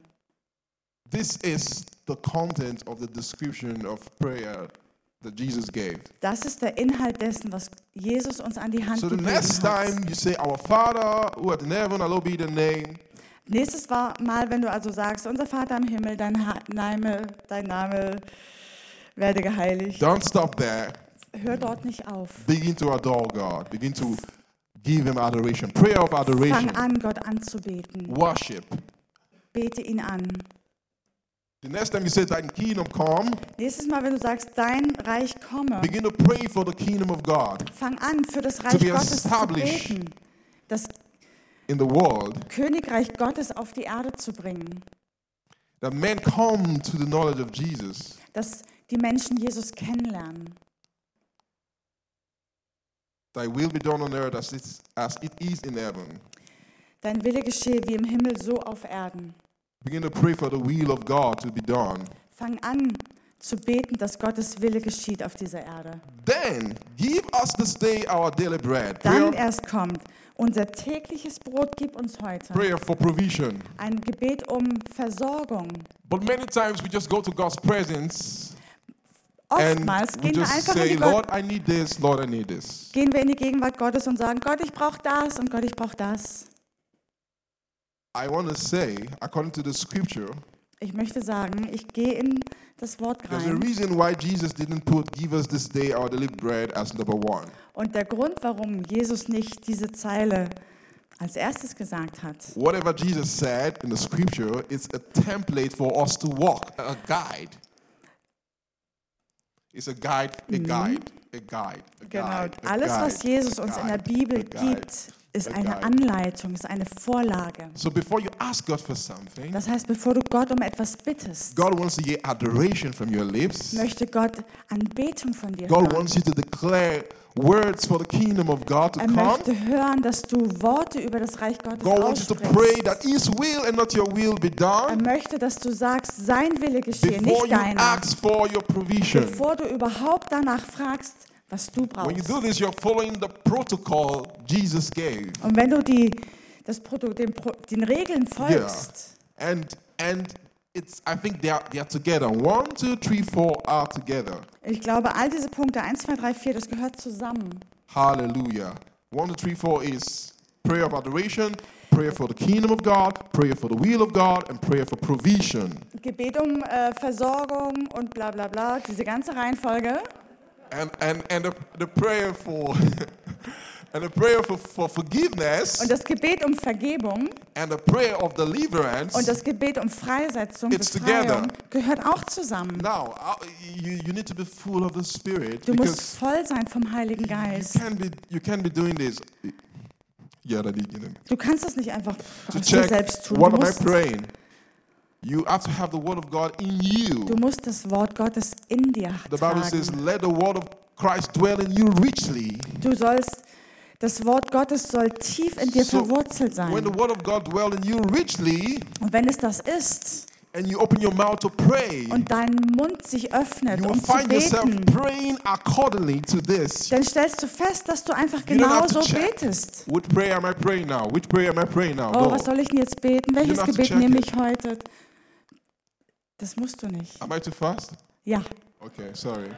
S2: This is the content of the description of prayer that Jesus gave.
S3: Das ist der Inhalt dessen, was Jesus uns an die Hand
S2: So the
S3: gegeben
S2: next
S3: hat.
S2: time you say, Our Father who art in heaven, hallowed be thy name.
S3: Nächstes Wa- Mal, wenn du also sagst, unser Vater im Himmel, dein Ha- Name, dein Name werde geheiligt.
S2: Don't stop there.
S3: Hör dort nicht auf.
S2: begin to adore God, begin to give Him adoration, prayer of
S3: Fang
S2: adoration,
S3: an, Gott anzubeten.
S2: worship.
S3: Bete ihn an.
S2: The next time you say "Thy kingdom come,"
S3: Nächstes Mal, wenn du sagst, dein Reich komme,
S2: begin to pray for the kingdom of God
S3: fang an, für das Reich
S2: be
S3: Gottes zu
S2: established.
S3: beten. Das
S2: in the world,
S3: Königreich Gottes auf die Erde zu bringen.
S2: that men come to the knowledge of Jesus.
S3: Dass die Menschen Jesus kennenlernen.
S2: Thy will be done on earth as it, as it is in heaven.
S3: Dein Wille geschehe wie im Himmel, so auf Erden.
S2: Begin to pray for the will of God to be done.
S3: Fang an zu beten, dass Gottes Wille geschieht auf dieser Erde.
S2: Then give us this day our daily bread.
S3: Dann
S2: Prayer,
S3: erst kommt, unser tägliches Brot gib uns heute.
S2: prayer for provision.
S3: Ein Gebet um Versorgung.
S2: But many times we just go to God's presence and
S3: Oftmals
S2: we
S3: gehen wir
S2: just
S3: einfach in
S2: say,
S3: die Gott,
S2: Lord, I need this, Lord, I need this.
S3: gehen wir in die Gegenwart Gottes und sagen, Gott, ich brauche das und Gott, ich brauche das.
S2: I want to say, according to the scripture,
S3: Ich möchte sagen, ich gehe in das Wort
S2: there's a
S3: rein.
S2: reason why Jesus didn't put give us this day our daily bread as number one.
S3: Und der Grund, warum Jesus nicht diese Zeile als erstes gesagt hat,
S2: Whatever Jesus said in the scripture is a template for us to walk, a guide. It's a guide, a
S3: Mm-hmm.
S2: guide, a guide, a
S3: Genau.
S2: guide. a
S3: Alles,
S2: guide,
S3: was Jesus
S2: a
S3: uns in der
S2: guide, a
S3: Bibel
S2: guide.
S3: gibt, ist
S2: a
S3: eine
S2: guide.
S3: Anleitung, ist eine Vorlage.
S2: So before you ask God for something,
S3: Das heißt, bevor du Gott um etwas bittest,
S2: God wants to hear adoration from your lips.
S3: möchte Gott Anbetung von dir
S2: God
S3: hören.
S2: wants you to declare words for the kingdom of God to
S3: Er
S2: come.
S3: möchte hören, dass du Worte über das Reich Gottes
S2: God wants you to pray
S3: aussprichst.
S2: that His will and not your will be
S3: Er
S2: done
S3: möchte, dass du sagst, sein Wille geschehe,
S2: before
S3: nicht
S2: you
S3: deiner.
S2: ask for your provision.
S3: Bevor du überhaupt danach fragst, was
S2: When
S3: du
S2: you
S3: brauchst.
S2: do this, you're following the protocol Jesus gave.
S3: Und wenn du die, das Produkt, den, Pro- den Regeln folgst,
S2: And and it's I think they are they are together. One, two, three, four are together.
S3: ich glaube, all diese Punkte, 1, 2, 3, 4, das gehört zusammen.
S2: Hallelujah. One, two, three, four is prayer of adoration, prayer for the kingdom of God, prayer for the will of God, and prayer for provision.
S3: Gebet um äh, Versorgung und bla bla bla, diese ganze Reihenfolge.
S2: And and and the, the prayer for and a prayer for, for forgiveness
S3: Und das Gebet um Vergebung
S2: and a prayer of
S3: und
S2: deliverance.
S3: das Gebet um Freisetzung,
S2: It's
S3: Befreiung
S2: together.
S3: gehört auch zusammen.
S2: Now, I- you, you need to be full of the Spirit
S3: Du musst
S2: because
S3: voll sein vom Heiligen
S2: you
S3: Geist.
S2: can be you can be doing this. Yeah, that you know,
S3: Du kannst das nicht einfach
S2: to
S3: aus dir
S2: check
S3: selbst tun. Du
S2: what am I
S3: musst,
S2: praying. You have to have the Word of God in you.
S3: du musst das Wort Gottes in dir
S2: The Bible says,
S3: tragen.
S2: "Let the Word of Christ dwell in you richly."
S3: Du sollst, das Wort Gottes soll tief in dir
S2: So,
S3: verwurzelt sein.
S2: When the Word of God dwell in you richly,
S3: Und wenn es das ist
S2: and you open your mouth to pray,
S3: und dein Mund sich öffnet,
S2: you will
S3: um zu
S2: find yourself
S3: beten,
S2: praying accordingly to this.
S3: dann stellst du fest, dass du einfach
S2: You don't have
S3: genau
S2: to
S3: so
S2: check.
S3: betest.
S2: Which prayer am I praying now? Which prayer am I praying now?
S3: Oh,
S2: No.
S3: was soll ich denn jetzt beten?
S2: don't
S3: Welches
S2: have to
S3: Gebet
S2: check
S3: nehme
S2: it.
S3: ich heute? Das musst du nicht.
S2: Am I too fast?
S3: Ja,
S2: Okay, sorry.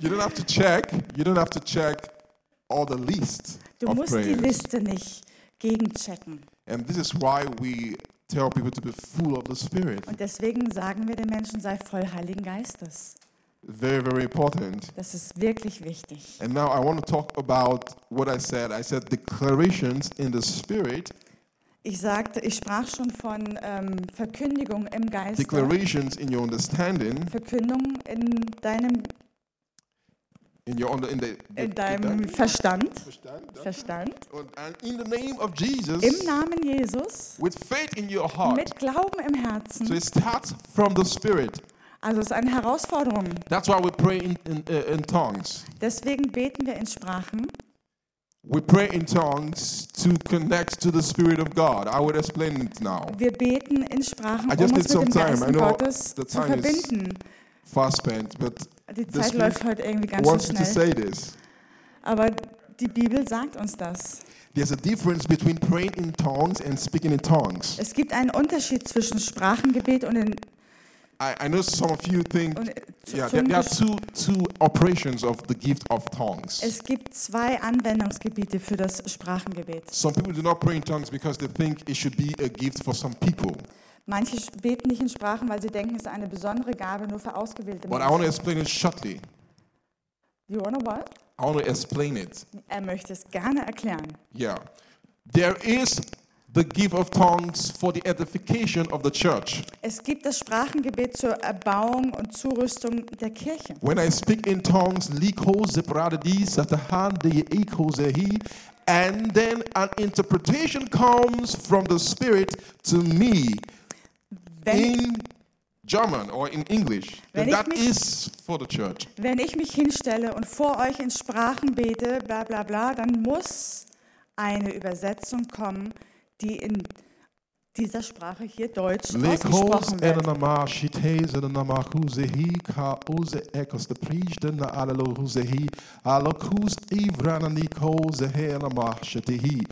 S2: you don't have to check. You don't have to check all the list
S3: du
S2: of
S3: musst die
S2: prayers.
S3: Liste nicht gegenchecken.
S2: And this is why we tell people to be full of the Spirit.
S3: Und deswegen sagen wir den Menschen, sei voll Heiligen Geistes.
S2: Very, very important.
S3: Das ist wirklich wichtig.
S2: And now I want to talk about what I said. I said declarations in the Spirit,
S3: Ich sagte, ich sprach schon von ähm, Verkündigung im Geiste.
S2: declarations in your understanding,
S3: Verkündung in deinem,
S2: in your under, in the
S3: in deinem Verstand. Verstand.
S2: Und- and in the name of Jesus,
S3: Im Namen Jesus.
S2: with faith in your heart.
S3: Mit Glauben im Herzen.
S2: So it starts from the Spirit.
S3: Also es ist eine Herausforderung.
S2: That's why we pray in, in, uh, in tongues.
S3: Deswegen beten wir in Sprachen.
S2: We pray in tongues to connect to the Spirit of God. I will explain it now.
S3: Wir beten in Sprachen,
S2: I just
S3: um uns
S2: need
S3: mit
S2: some
S3: dem
S2: time.
S3: Geist
S2: I know
S3: Gottes
S2: the
S3: zu
S2: time is
S3: verbinden.
S2: Fast spent, but
S3: Die
S2: the
S3: Zeit
S2: Spirit
S3: läuft heute irgendwie ganz
S2: wants
S3: schön
S2: to say
S3: schnell.
S2: this.
S3: Aber die Bibel sagt uns das.
S2: There's a difference between praying in tongues and speaking in tongues.
S3: Es gibt einen Unterschied zwischen Sprachengebet und, in,
S2: I, I know some of you think,
S3: und zu-
S2: yeah, there, there are
S3: Zungengesch-
S2: two, two operations of the gift of tongues.
S3: Es gibt zwei Anwendungsgebiete für das Sprachengebet.
S2: Some people do not pray in tongues because they think it should be a gift for some people.
S3: Manche sch- beten nicht in Sprachen, weil sie denken, es ist eine besondere Gabe nur für ausgewählte
S2: But I want to
S3: Menschen.
S2: explain it shortly.
S3: You wanna what?
S2: I want to explain it.
S3: Er möchte es gerne erklären.
S2: Yeah. There is the gift of tongues for the edification of the church.
S3: Es gibt das Sprachengebet zur Erbauung und Zurüstung der Kirche.
S2: When I speak in tongues, likos separadis atahan de ekos ehi, and then an interpretation comes from the Spirit to me
S3: Wenn,
S2: in German or in English.
S3: Wenn
S2: And
S3: ich
S2: that
S3: mich-
S2: is for the church.
S3: wenn ich mich hinstelle und vor euch in Sprachen bete, bla bla bla, dann muss eine Übersetzung kommen, die in dieser Sprache hier Deutsch
S2: Lekos
S3: ausgesprochen wird.
S2: enanama shites enanama huzehi ka oze ekos de prishde na alelo huzehi alokus ivrana niko zehe enama shitehi.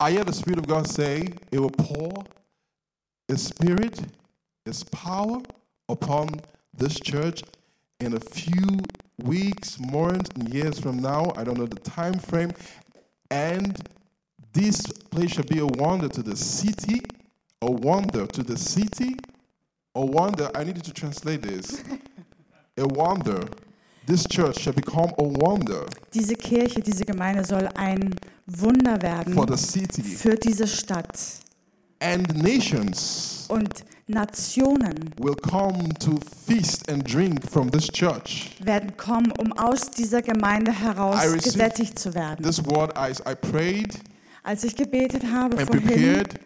S2: I hear the Spirit of God say, it will pour His Spirit, His power upon this church in a few weeks, months, and years from now. I don't know the time frame. And this place shall be a wonder to the city, a wonder to the city, a wonder. I needed to translate this. a wonder. This church shall become a wonder
S3: Diese Kirche, diese Gemeinde soll ein Wunder werden
S2: for the city
S3: für diese Stadt.
S2: and nations.
S3: Und Nationen
S2: will come to feast and drink from this church.
S3: werden kommen, um aus dieser Gemeinde
S2: I
S3: heraus
S2: receive-
S3: gesättigt zu werden.
S2: This word I, I prayed
S3: Als ich gebetet habe
S2: and
S3: vorhin,
S2: prepared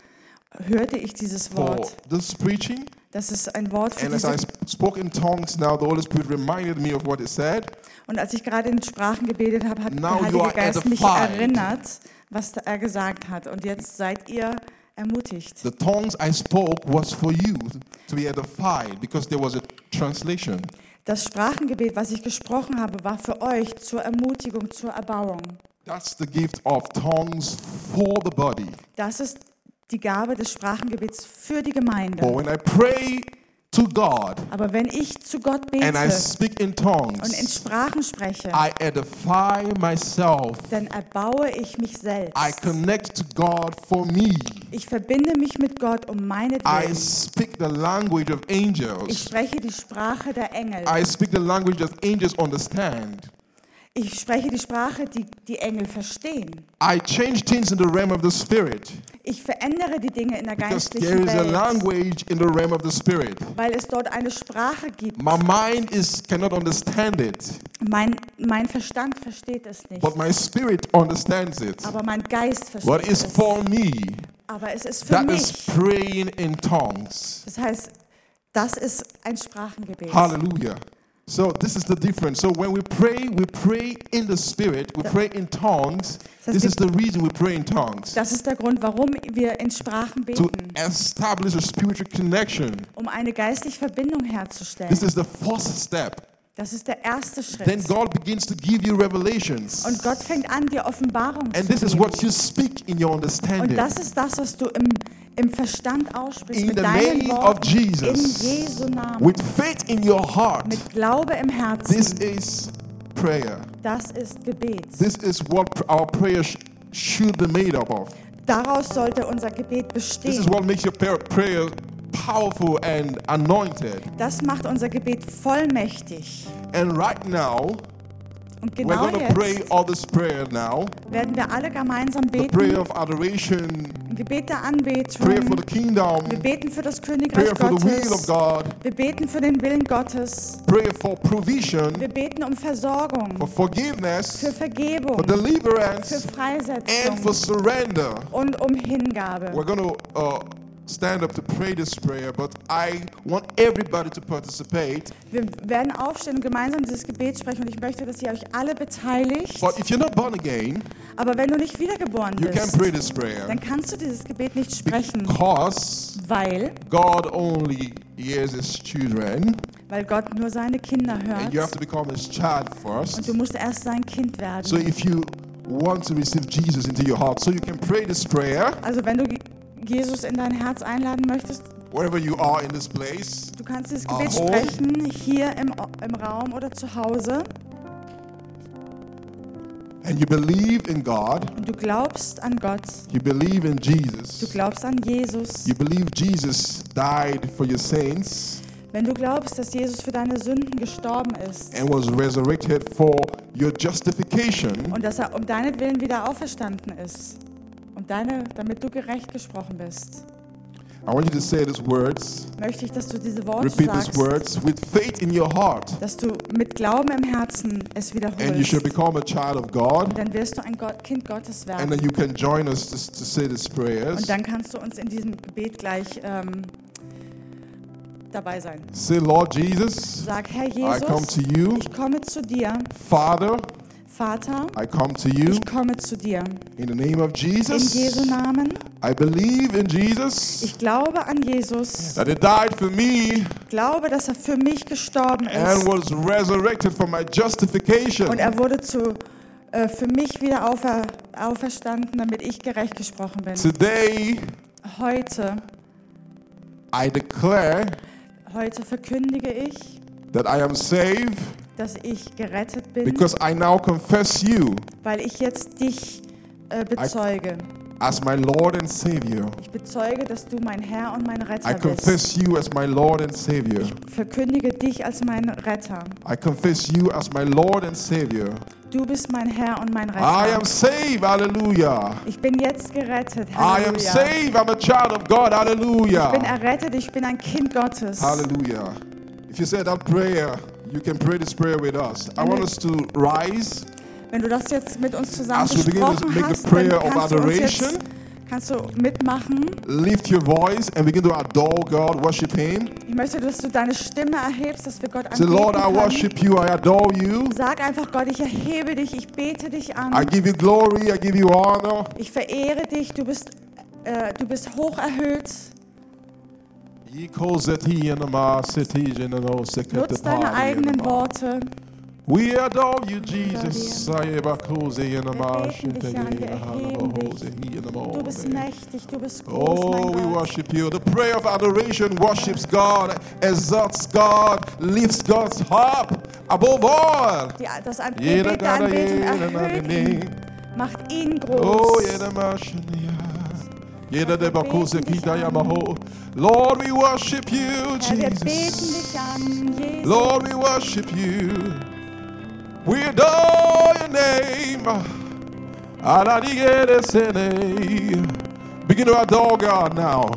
S3: hörte ich dieses
S2: for
S3: Wort.
S2: this preaching.
S3: Das ist ein Wort für
S2: And as
S3: diese
S2: I sp- spoke in tongues now, the Holy Spirit reminded me of what it said.
S3: Und als ich gerade in Sprachen gebetet habe, hat
S2: Now
S3: der
S2: you
S3: Heilige
S2: are
S3: Geist mich
S2: edified.
S3: erinnert, was da- er gesagt hat. Und jetzt seid ihr ermutigt.
S2: The tongues I spoke was for you to be edified because there was a translation.
S3: Das Sprachengebet, was ich gesprochen habe, war für euch zur Ermutigung, zur Erbauung.
S2: That's the gift of tongues for the body.
S3: Das ist die Gabe des Sprachengebets für die
S2: But
S3: Gemeinde.
S2: when I pray to God
S3: Aber wenn ich zu Gott
S2: and I
S3: bete
S2: speak in
S3: und in
S2: tongues,
S3: Sprachen spreche,
S2: I edify myself
S3: dann erbaue ich mich
S2: I
S3: selbst.
S2: connect to God for me.
S3: Ich verbinde mich mit Gott um
S2: I
S3: meinetwillen.
S2: speak the language of
S3: Ich
S2: angels.
S3: spreche die Sprache der Engel.
S2: I speak the language that angels understand.
S3: Ich spreche die Sprache, die die Engel verstehen.
S2: I change things in the realm of the spirit
S3: Ich verändere die Dinge in der
S2: because there
S3: geistlichen
S2: is a
S3: Welt,
S2: language in the realm of the spirit.
S3: weil es dort eine Sprache gibt.
S2: My mind is cannot understand it,
S3: Mein, mein Verstand versteht es nicht,
S2: but my spirit understands it.
S3: aber mein Geist
S2: What
S3: versteht
S2: is
S3: es.
S2: for me,
S3: Aber es ist für
S2: that is
S3: mich.
S2: praying in tongues.
S3: Das heißt, das ist ein Sprachengebet.
S2: Hallelujah. So this is the difference. So when we pray, we pray in the spirit, we pray in tongues.
S3: Das
S2: This
S3: heißt,
S2: is the reason we pray in tongues.
S3: Das ist der Grund, warum wir in Sprachen
S2: To
S3: beten,
S2: establish a spiritual connection.
S3: um eine geistliche Verbindung herzustellen.
S2: This is the first step.
S3: Das ist der erste
S2: Then
S3: Schritt.
S2: God begins to give you revelations.
S3: Und Gott fängt an, dir Offenbarung zu
S2: And this is
S3: geben.
S2: what you speak in your
S3: Und
S2: understanding.
S3: das ist das, was du im, im Verstand aussprichst,
S2: In
S3: mit
S2: the
S3: deinen
S2: name of
S3: Worten, in
S2: Jesus.
S3: Jesu Namen,
S2: With faith in your heart.
S3: mit Glaube im
S2: This
S3: Herzen.
S2: is prayer.
S3: Das ist Gebet.
S2: This is what pr- our prayer sh- should be made up of.
S3: Daraus sollte unser Gebet
S2: This is
S3: bestehen.
S2: what makes your par- prayer powerful and anointed.
S3: Das macht unser Gebet vollmächtig.
S2: And right now,
S3: Und
S2: we're
S3: genau
S2: going to pray
S3: jetzt
S2: all this prayer now.
S3: werden wir alle gemeinsam
S2: The prayer
S3: beten,
S2: of adoration,
S3: ein Gebet der
S2: prayer for the
S3: Anbetung. Wir
S2: kingdom,
S3: beten für das
S2: prayer
S3: Königreich
S2: for the will of
S3: Gottes.
S2: God,
S3: Wir beten für den Willen Gottes.
S2: prayer for provision,
S3: Wir beten um
S2: for
S3: Versorgung, für
S2: forgiveness, for
S3: Vergebung, für
S2: deliverance, and for
S3: Freisetzung
S2: surrender.
S3: und um Hingabe.
S2: We're going to uh, stand up to pray this prayer, but I want everybody to participate.
S3: Wir werden aufstehen und gemeinsam dieses Gebet sprechen und ich möchte, dass ihr euch alle beteiligt.
S2: But if you're not born again,
S3: Aber wenn du nicht wiedergeboren
S2: you can
S3: bist,
S2: pray this prayer.
S3: dann kannst du dieses Gebet nicht sprechen,
S2: Because
S3: weil,
S2: God only hears his children,
S3: weil Gott nur seine Kinder
S2: and you have
S3: hört.
S2: to become his child
S3: Und
S2: first.
S3: du musst erst sein Kind werden.
S2: So if you want to receive Jesus into your heart, so you can pray this prayer
S3: Also wenn du Jesus in dein Herz einladen möchtest,
S2: wherever you are in this place.
S3: du kannst dieses Gebet
S2: Aho.
S3: sprechen, hier im, O- im Raum oder zu Hause.
S2: And you believe in God,
S3: Und du glaubst an Gott,
S2: you believe in
S3: du
S2: Jesus,
S3: glaubst an Jesus.
S2: you believe Jesus died for your sins
S3: Wenn du glaubst, dass Jesus für deine Sünden gestorben ist
S2: and was resurrected for your justification.
S3: und dass er um deinetwillen wieder auferstanden ist, um deine, damit du gerecht gesprochen bist,
S2: I want you to say these words,
S3: möchte ich, dass du diese Worte
S2: repeat these
S3: sagst,
S2: words with faith in your heart,
S3: dass du mit Glauben im Herzen es
S2: and you should
S3: wiederholst.
S2: become a child of God.
S3: Dann wirst du ein Gott, Kind Gottes
S2: And
S3: werden.
S2: then you can join us to, to say these prayers.
S3: Und dann kannst du uns in diesem Gebet gleich ähm, dabei sein.
S2: Say, Lord Jesus,
S3: Sag, Herr
S2: I come
S3: Jesus,
S2: to you.
S3: ich komme zu dir.
S2: Father,
S3: Vater,
S2: I come to you.
S3: ich komme zu dir.
S2: In the name of
S3: In
S2: Jesus,
S3: Jesu Namen.
S2: I believe in Jesus,
S3: Ich glaube an Jesus.
S2: that He died for me
S3: Ich glaube, dass er für mich gestorben
S2: and
S3: ist.
S2: was resurrected for my justification.
S3: Und er wurde zu, äh, für mich wieder aufer, auferstanden, damit ich gerecht gesprochen bin.
S2: Today,
S3: Heute,
S2: I declare
S3: heute verkündige ich,
S2: that I am saved
S3: dass ich gerettet bin,
S2: because I now confess you
S3: weil ich jetzt dich äh, bezeuge.
S2: as my Lord and Savior.
S3: Ich bezeuge, dass du mein Herr und mein
S2: I
S3: Retter bist.
S2: confess you as my Lord and Savior.
S3: Verkündige dich als meinen Retter.
S2: I confess you as my Lord and Savior.
S3: Du bist mein Herr und mein
S2: I
S3: Retter.
S2: am saved. Hallelujah.
S3: Ich bin jetzt gerettet.
S2: I am
S3: Halleluja.
S2: saved. I'm a child of God.
S3: Ich bin
S2: Hallelujah.
S3: errettet. Ich bin ein Kind Gottes.
S2: Hallelujah. If you said that prayer, you can pray this prayer with us. I want us to rise.
S3: Wenn du das jetzt mit uns zusammen
S2: As we begin to
S3: besprochen
S2: make the
S3: hast,
S2: prayer
S3: dann
S2: of
S3: kannst du, uns jetzt,
S2: adoration.
S3: kannst du mitmachen.
S2: Lift your voice and begin to adore God, worship Him.
S3: Ich möchte, dass du deine Stimme erhebst, dass wir Gott
S2: Say,
S3: anbeten
S2: Lord, I
S3: können.
S2: worship you. I adore you.
S3: Sag einfach, Gott, ich erhebe dich, ich bete dich
S2: I
S3: an,
S2: give you glory. I give you honor.
S3: ich verehre dich, du bist, äh, du bist hoch erhöht.
S2: Ye kozeti yanama, seti yanano, sekete
S3: Nutz deine
S2: pari
S3: eigenen
S2: yanama.
S3: Worte.
S2: We adore you, Jesus. Sayeba kose yanama,
S3: Wir beten dich
S2: shete
S3: an, wir
S2: yanama,
S3: erheben dich.
S2: hose yanama.
S3: Du bist mächtig, du bist groß,
S2: Oh, we
S3: mein Gott.
S2: worship you. The prayer of adoration worships God, exalts God, lifts God's up above all.
S3: Die, das An-
S2: Jeder
S3: Gebet der
S2: Gott,
S3: Anbetung
S2: jeder
S3: erhöht
S2: Name.
S3: ihn, macht ihn
S2: Oh,
S3: groß.
S2: jeder Maschenia. Jeder der Bakose Kita Yamaho. Lord, we worship you,
S3: Herr, wir beten dich
S2: Jesus.
S3: an, Jesus.
S2: Lord, we worship you. We adore your name. Aladigedesene. Begin to adore God now.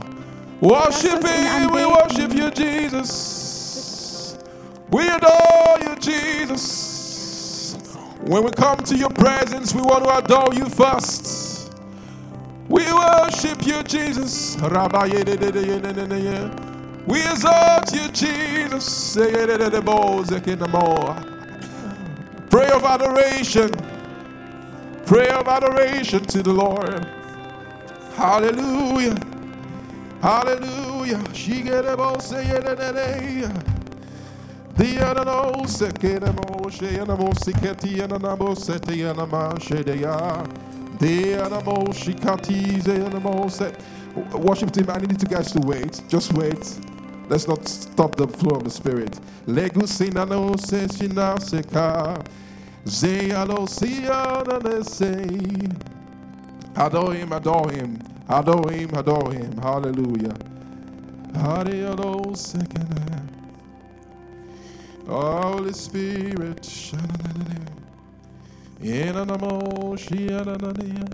S2: Worship
S3: Lass uns ihn
S2: Him. We
S3: anbeten.
S2: worship you, Jesus. We adore you, Jesus. When we come to your presence, we want to adore you first. We worship you, Jesus. Rabayedededeyedededeye. We exalt you, Jesus. Seyedededebozekinamoa. Prayer of adoration. Prayer of adoration to the Lord. Hallelujah. Hallelujah. She get a boss say it in a day. The other no second emotion and a mosikati and a naboseti and a mashedea. The other moshikatis and a moset. Worship team, I need you guys to wait. Just wait. Let's not stop the flow of the spirit. Legusina no se sinaseka. Zealosia and say. Adore him, adore him, adore him, adore him. Hallelujah. Adios, second hand. Holy Spirit, shananana. Inanamo, shiananania.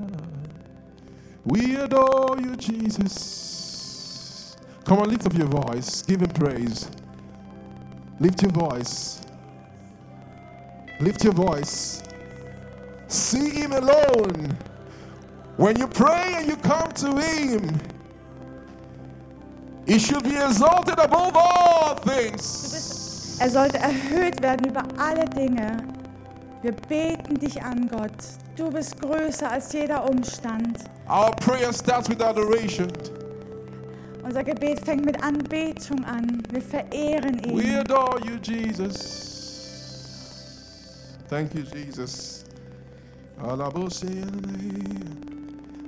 S2: We adore you, Jesus. Come on, lift up your voice. Give him praise. Lift your voice. Lift your voice. See him alone. When you pray and you come to Him, He should be exalted above all things.
S3: Er sollte erhöht werden über alle Dinge. Wir beten dich an, Gott. Du bist größer als jeder Umstand.
S2: Our prayer starts with adoration.
S3: Unser Gebet fängt mit Anbetung an. Wir verehren
S2: We
S3: ihn.
S2: adore you, Jesus. Thank you, Jesus. Alaboseyane.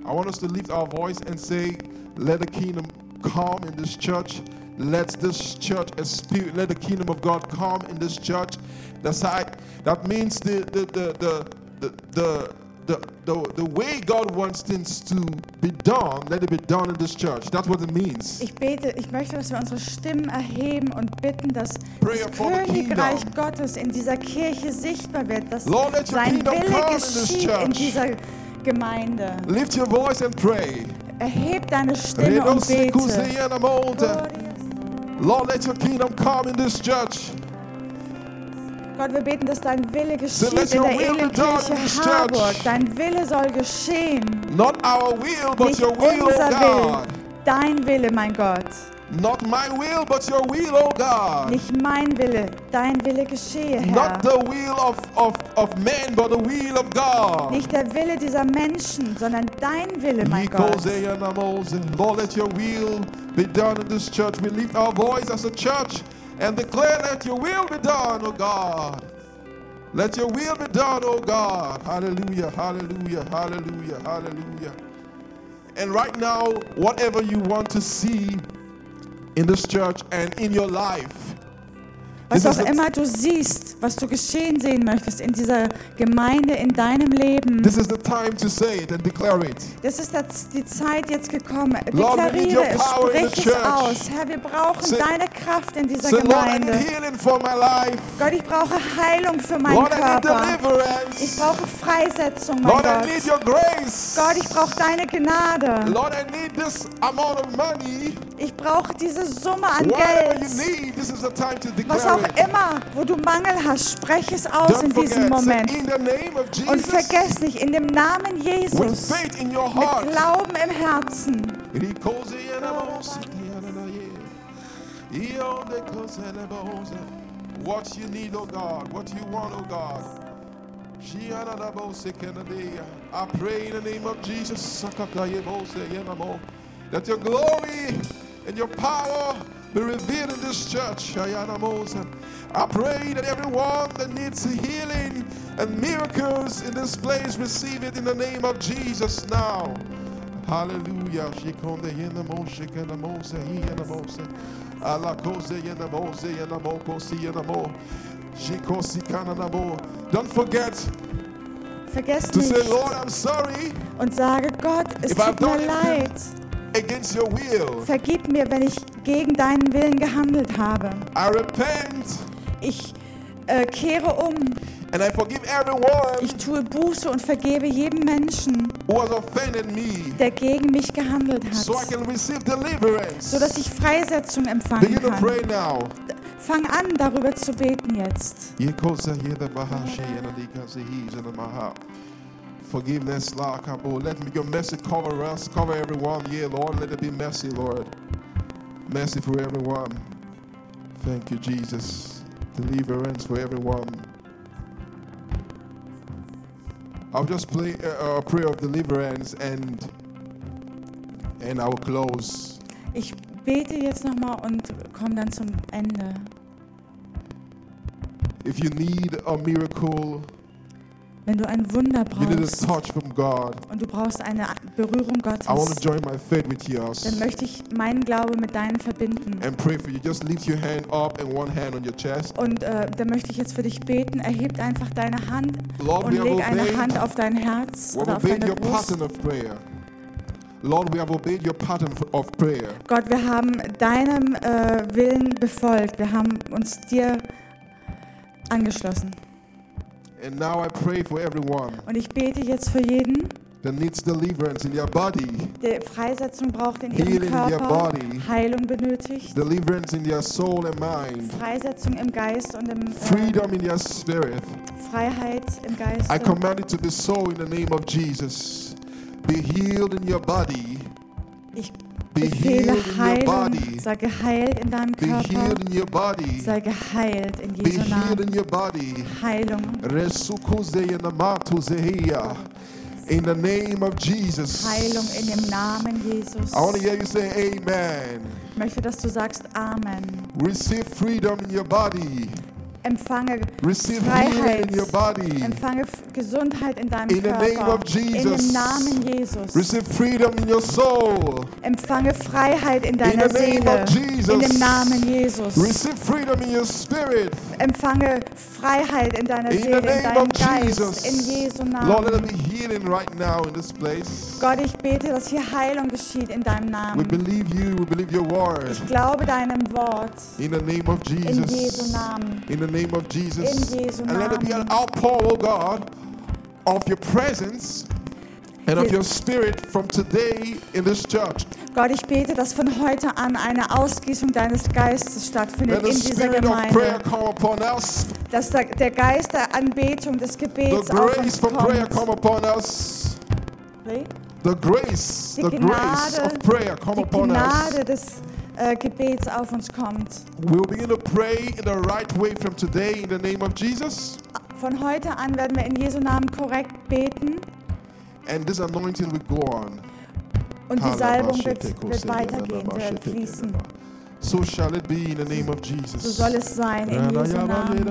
S2: I want us to lift our voice and say, Let the kingdom come in this church. Let this church experience, let the kingdom of God come in this church. That's how, that means the the the the the the, the, the, the way God wants things to be done, let it be done in this church. That's what it means.
S3: Ich bete, ich möchte, dass wir unsere Stimmen erheben und bitten, dass
S2: Prayer
S3: das
S2: for the
S3: Königreich
S2: kingdom.
S3: Gottes in dieser Kirche sichtbar wird, dass
S2: Lord, let your
S3: sein
S2: kingdom come
S3: Wille
S2: in this
S3: geschieht in
S2: church.
S3: dieser Gemeinde.
S2: Lift your voice and pray.
S3: Erheb deine Stimme und bete.
S2: Redosikuzeyanamonte. Lord, let your kingdom come in this church.
S3: Gott, wir beten, dass dein Wille geschieht
S2: let
S3: in
S2: your
S3: der
S2: will be done
S3: Ehenkirche
S2: in this
S3: Harburg.
S2: church.
S3: Dein Wille soll geschehen.
S2: Not our will, but
S3: Nicht
S2: your will, O
S3: unser
S2: God.
S3: Wille, dein Wille, mein Gott.
S2: Not my will, but your will, O God.
S3: Nicht mein Wille, dein Wille geschehe, Herr.
S2: Not the will of, of, of men, but the will of God.
S3: Nicht der Wille dieser Menschen, sondern dein Wille, mein Gott.
S2: Ikozeyanamose. Lord, let your will be done in this church. We lift our voice as a church and declare that your will be done, O God. Let your will be done, O God. Hallelujah, hallelujah, hallelujah, hallelujah. And right now, whatever you want to see in this church and in your life,
S3: Was
S2: This
S3: auch
S2: is a-
S3: immer du siehst, was du geschehen sehen möchtest in dieser Gemeinde, in deinem Leben,
S2: this is the time to say it and declare it.
S3: das ist das, die Zeit jetzt gekommen.
S2: Lord, we need your
S3: Deklariere es,
S2: power in the
S3: sprich es
S2: church.
S3: aus. Herr, wir brauchen
S2: Say-
S3: deine Kraft in dieser
S2: Say, Lord, I need
S3: Gemeinde.
S2: healing for my life.
S3: Gott, ich brauche Heilung für meinen
S2: Lord, I need
S3: Körper.
S2: deliverance.
S3: Ich brauche Freisetzung, mein
S2: Lord, I need
S3: Gott.
S2: your grace.
S3: Gott, ich brauche deine Gnade.
S2: Lord, I need this amount of money.
S3: Ich brauche diese Summe an
S2: Whatever you
S3: Geld.
S2: need, this is the time to declare
S3: Was auch
S2: it.
S3: immer, wo du Mangel hast, sprech es aus in
S2: Don't
S3: diesem
S2: forget, say,
S3: Moment.
S2: in the name of Jesus,
S3: Und vergess nicht, in dem Namen
S2: with
S3: Jesus,
S2: faith in your
S3: mit
S2: heart,
S3: Glauben im Herzen,
S2: e e what you need, oh God, what you want, oh God. I pray in the name of Jesus that your glory and your power be revealed in this church. I pray that everyone that needs healing and miracles in this place receive it in the name of Jesus now. Hallelujah. Shikonde yenamo, shikanamo, sehi yenamo, se- alakose yenamo, se yenamo, kosi yenamo, shikosi kananamo. Don't forget
S3: vergess
S2: to
S3: nicht
S2: say, Lord, I'm sorry
S3: und sage, Gott, es
S2: If I've
S3: tut mir
S2: done
S3: leid.
S2: against your will.
S3: Vergib mir, wenn ich gegen deinen Willen gehandelt habe.
S2: I repent
S3: Ich äh, kehre um
S2: And I forgive everyone
S3: Ich tue Buße und vergebe jedem Menschen,
S2: who has offended me
S3: der gegen mich gehandelt
S2: so I
S3: hat,
S2: can receive deliverance.
S3: sodass ich Freisetzung empfangen
S2: Begin to pray
S3: kann.
S2: now.
S3: Fang an, darüber zu beten jetzt.
S2: Yekosa yeda bahashe yana dikasa he's in my heart. Forgiveness, la kabo. Let me, your mercy cover us, cover everyone. Yeah, Lord, let it be mercy, Lord. Mercy for everyone. Thank you, Jesus. Deliverance for everyone. I'll just play a, a prayer of deliverance and and I will close.
S3: Ich bete jetzt nochmal und komme dann zum Ende.
S2: If you need a miracle,
S3: Wenn du ein Wunder
S2: you need a
S3: brauchst
S2: touch from God.
S3: und du brauchst eine Berührung
S2: I want to
S3: Gottes,
S2: join my faith with
S3: dann
S2: yours
S3: möchte ich meinen Glaube mit deinen verbinden.
S2: and pray for you. Just lift your hand up and one hand on your chest.
S3: Und äh, da möchte ich jetzt für dich beten. Erhebt einfach deine Hand
S2: Lord,
S3: und
S2: we have
S3: leg eine
S2: obeyed.
S3: Hand auf dein Herz
S2: We have
S3: oder auf
S2: obeyed
S3: deine
S2: your
S3: Brust.
S2: pattern of prayer. Lord, we have obeyed your pattern f- of prayer.
S3: Gott, wir haben deinem äh, Willen befolgt. Wir haben uns dir angeschlossen.
S2: And now I pray for everyone
S3: Und ich bete jetzt für jeden,
S2: that needs deliverance in their body,
S3: der Freisetzung braucht in
S2: Healing
S3: ihrem
S2: in their
S3: Körper,
S2: body.
S3: Heilung benötigt,
S2: deliverance in their soul and mind,
S3: Freisetzung im Geist und im äh,
S2: freedom in their spirit.
S3: Freiheit im Geist.
S2: I command it to be so in the name of Jesus. Be healed in your body.
S3: Ich
S2: Be
S3: befehle
S2: healed in your
S3: Heilung.
S2: body.
S3: Sei geheilt in deinem
S2: Be
S3: Körper.
S2: healed in your body.
S3: Sei geheilt in
S2: Be
S3: Jesu
S2: healed in
S3: Namen.
S2: your body.
S3: Heilung.
S2: Resukuzeyanamatuzehiya. In the name of Jesus.
S3: Heilung in dem Namen Jesus.
S2: I want to hear you say amen.
S3: Ich möchte, dass du sagst Amen.
S2: Receive freedom in your body.
S3: Empfange
S2: Receive healing
S3: Freiheit.
S2: in your body.
S3: Empfange F- Gesundheit in deinem
S2: In the
S3: Körper.
S2: name of
S3: In
S2: Jesus.
S3: dem Namen Jesus.
S2: Receive freedom in your soul.
S3: Empfange Freiheit in deiner
S2: the name
S3: Seele.
S2: of Jesus.
S3: In dem Namen Jesus.
S2: Receive freedom in your spirit.
S3: Empfange Freiheit in deiner
S2: In
S3: Seele,
S2: the
S3: in
S2: name of
S3: deinem Geist.
S2: Jesus.
S3: In Jesu Namen.
S2: Lord, let there be healing right now in this place.
S3: Gott, ich bete, dass hier Heilung geschieht in deinem
S2: We
S3: Namen.
S2: believe you. We believe your word.
S3: Ich glaube deinem Wort.
S2: In the name of
S3: In
S2: Jesus.
S3: Jesu Namen.
S2: In the name of Jesus.
S3: In Jesu
S2: and let it be an
S3: Namen.
S2: outpour, oh God, of your presence and of
S3: Wir-
S2: your spirit from today in this church.
S3: Gott, ich bete, dass von heute an eine Ausgießung deines Geistes stattfindet
S2: Let the
S3: in dieser
S2: spirit of prayer
S3: Gemeinde.
S2: come upon us.
S3: Dass der, der Geist der Anbetung, des
S2: The
S3: Gebets auf
S2: grace
S3: uns
S2: for prayer come
S3: kommt.
S2: upon us. The grace,
S3: Die
S2: the grace
S3: Gnade-
S2: of prayer come
S3: Die
S2: upon us.
S3: Gnade des äh, Gebets auf uns kommt.
S2: We'll begin to pray in the right way from today in the name of Jesus.
S3: Von heute an werden wir in Jesu Namen korrekt beten
S2: And this anointing will go on.
S3: und die Salbung wird, wird weitergehen, wird fließen.
S2: So shall it be in the name of Jesus.
S3: So soll es sein in Jesu Namen.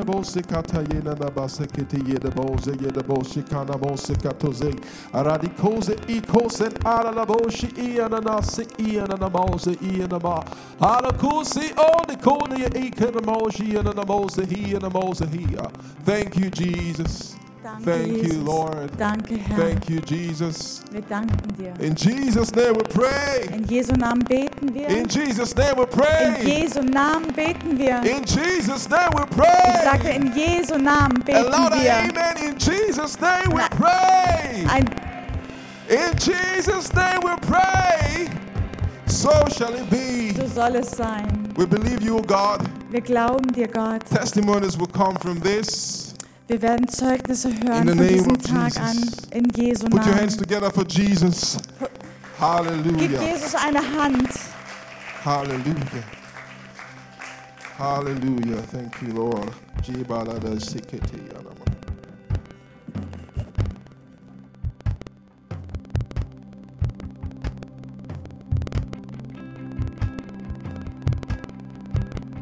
S2: Thank you, Jesus.
S3: Danke,
S2: Thank
S3: Jesus.
S2: you, Lord.
S3: Danke, Herr.
S2: Thank you, Jesus.
S3: Wir danken dir.
S2: In Jesus' name we pray.
S3: In Jesu Namen beten wir.
S2: In Jesus' name we
S3: In
S2: pray.
S3: Jesu Namen beten wir.
S2: In Jesus' name we
S3: Ich sagte,
S2: pray.
S3: in Jesu Namen
S2: And
S3: beten
S2: Lord,
S3: wir.
S2: amen. In Jesus' name we
S3: Na-
S2: pray.
S3: Ein,
S2: In Jesus' name we pray. So shall it be.
S3: so soll es sein.
S2: We believe you, O God.
S3: Wir glauben dir, Gott.
S2: Testimonies will come from this.
S3: Wir werden Zeugnisse hören
S2: the
S3: von
S2: name
S3: diesem
S2: of
S3: Tag an.
S2: Jesus.
S3: In Jesu
S2: Put your
S3: Namen.
S2: hands together for Jesus.
S3: Gib
S2: Hallelujah.
S3: Jesus eine Hand.
S2: Hallelujah. Hallelujah. Thank you, Lord. Jibalada sikiti yanama.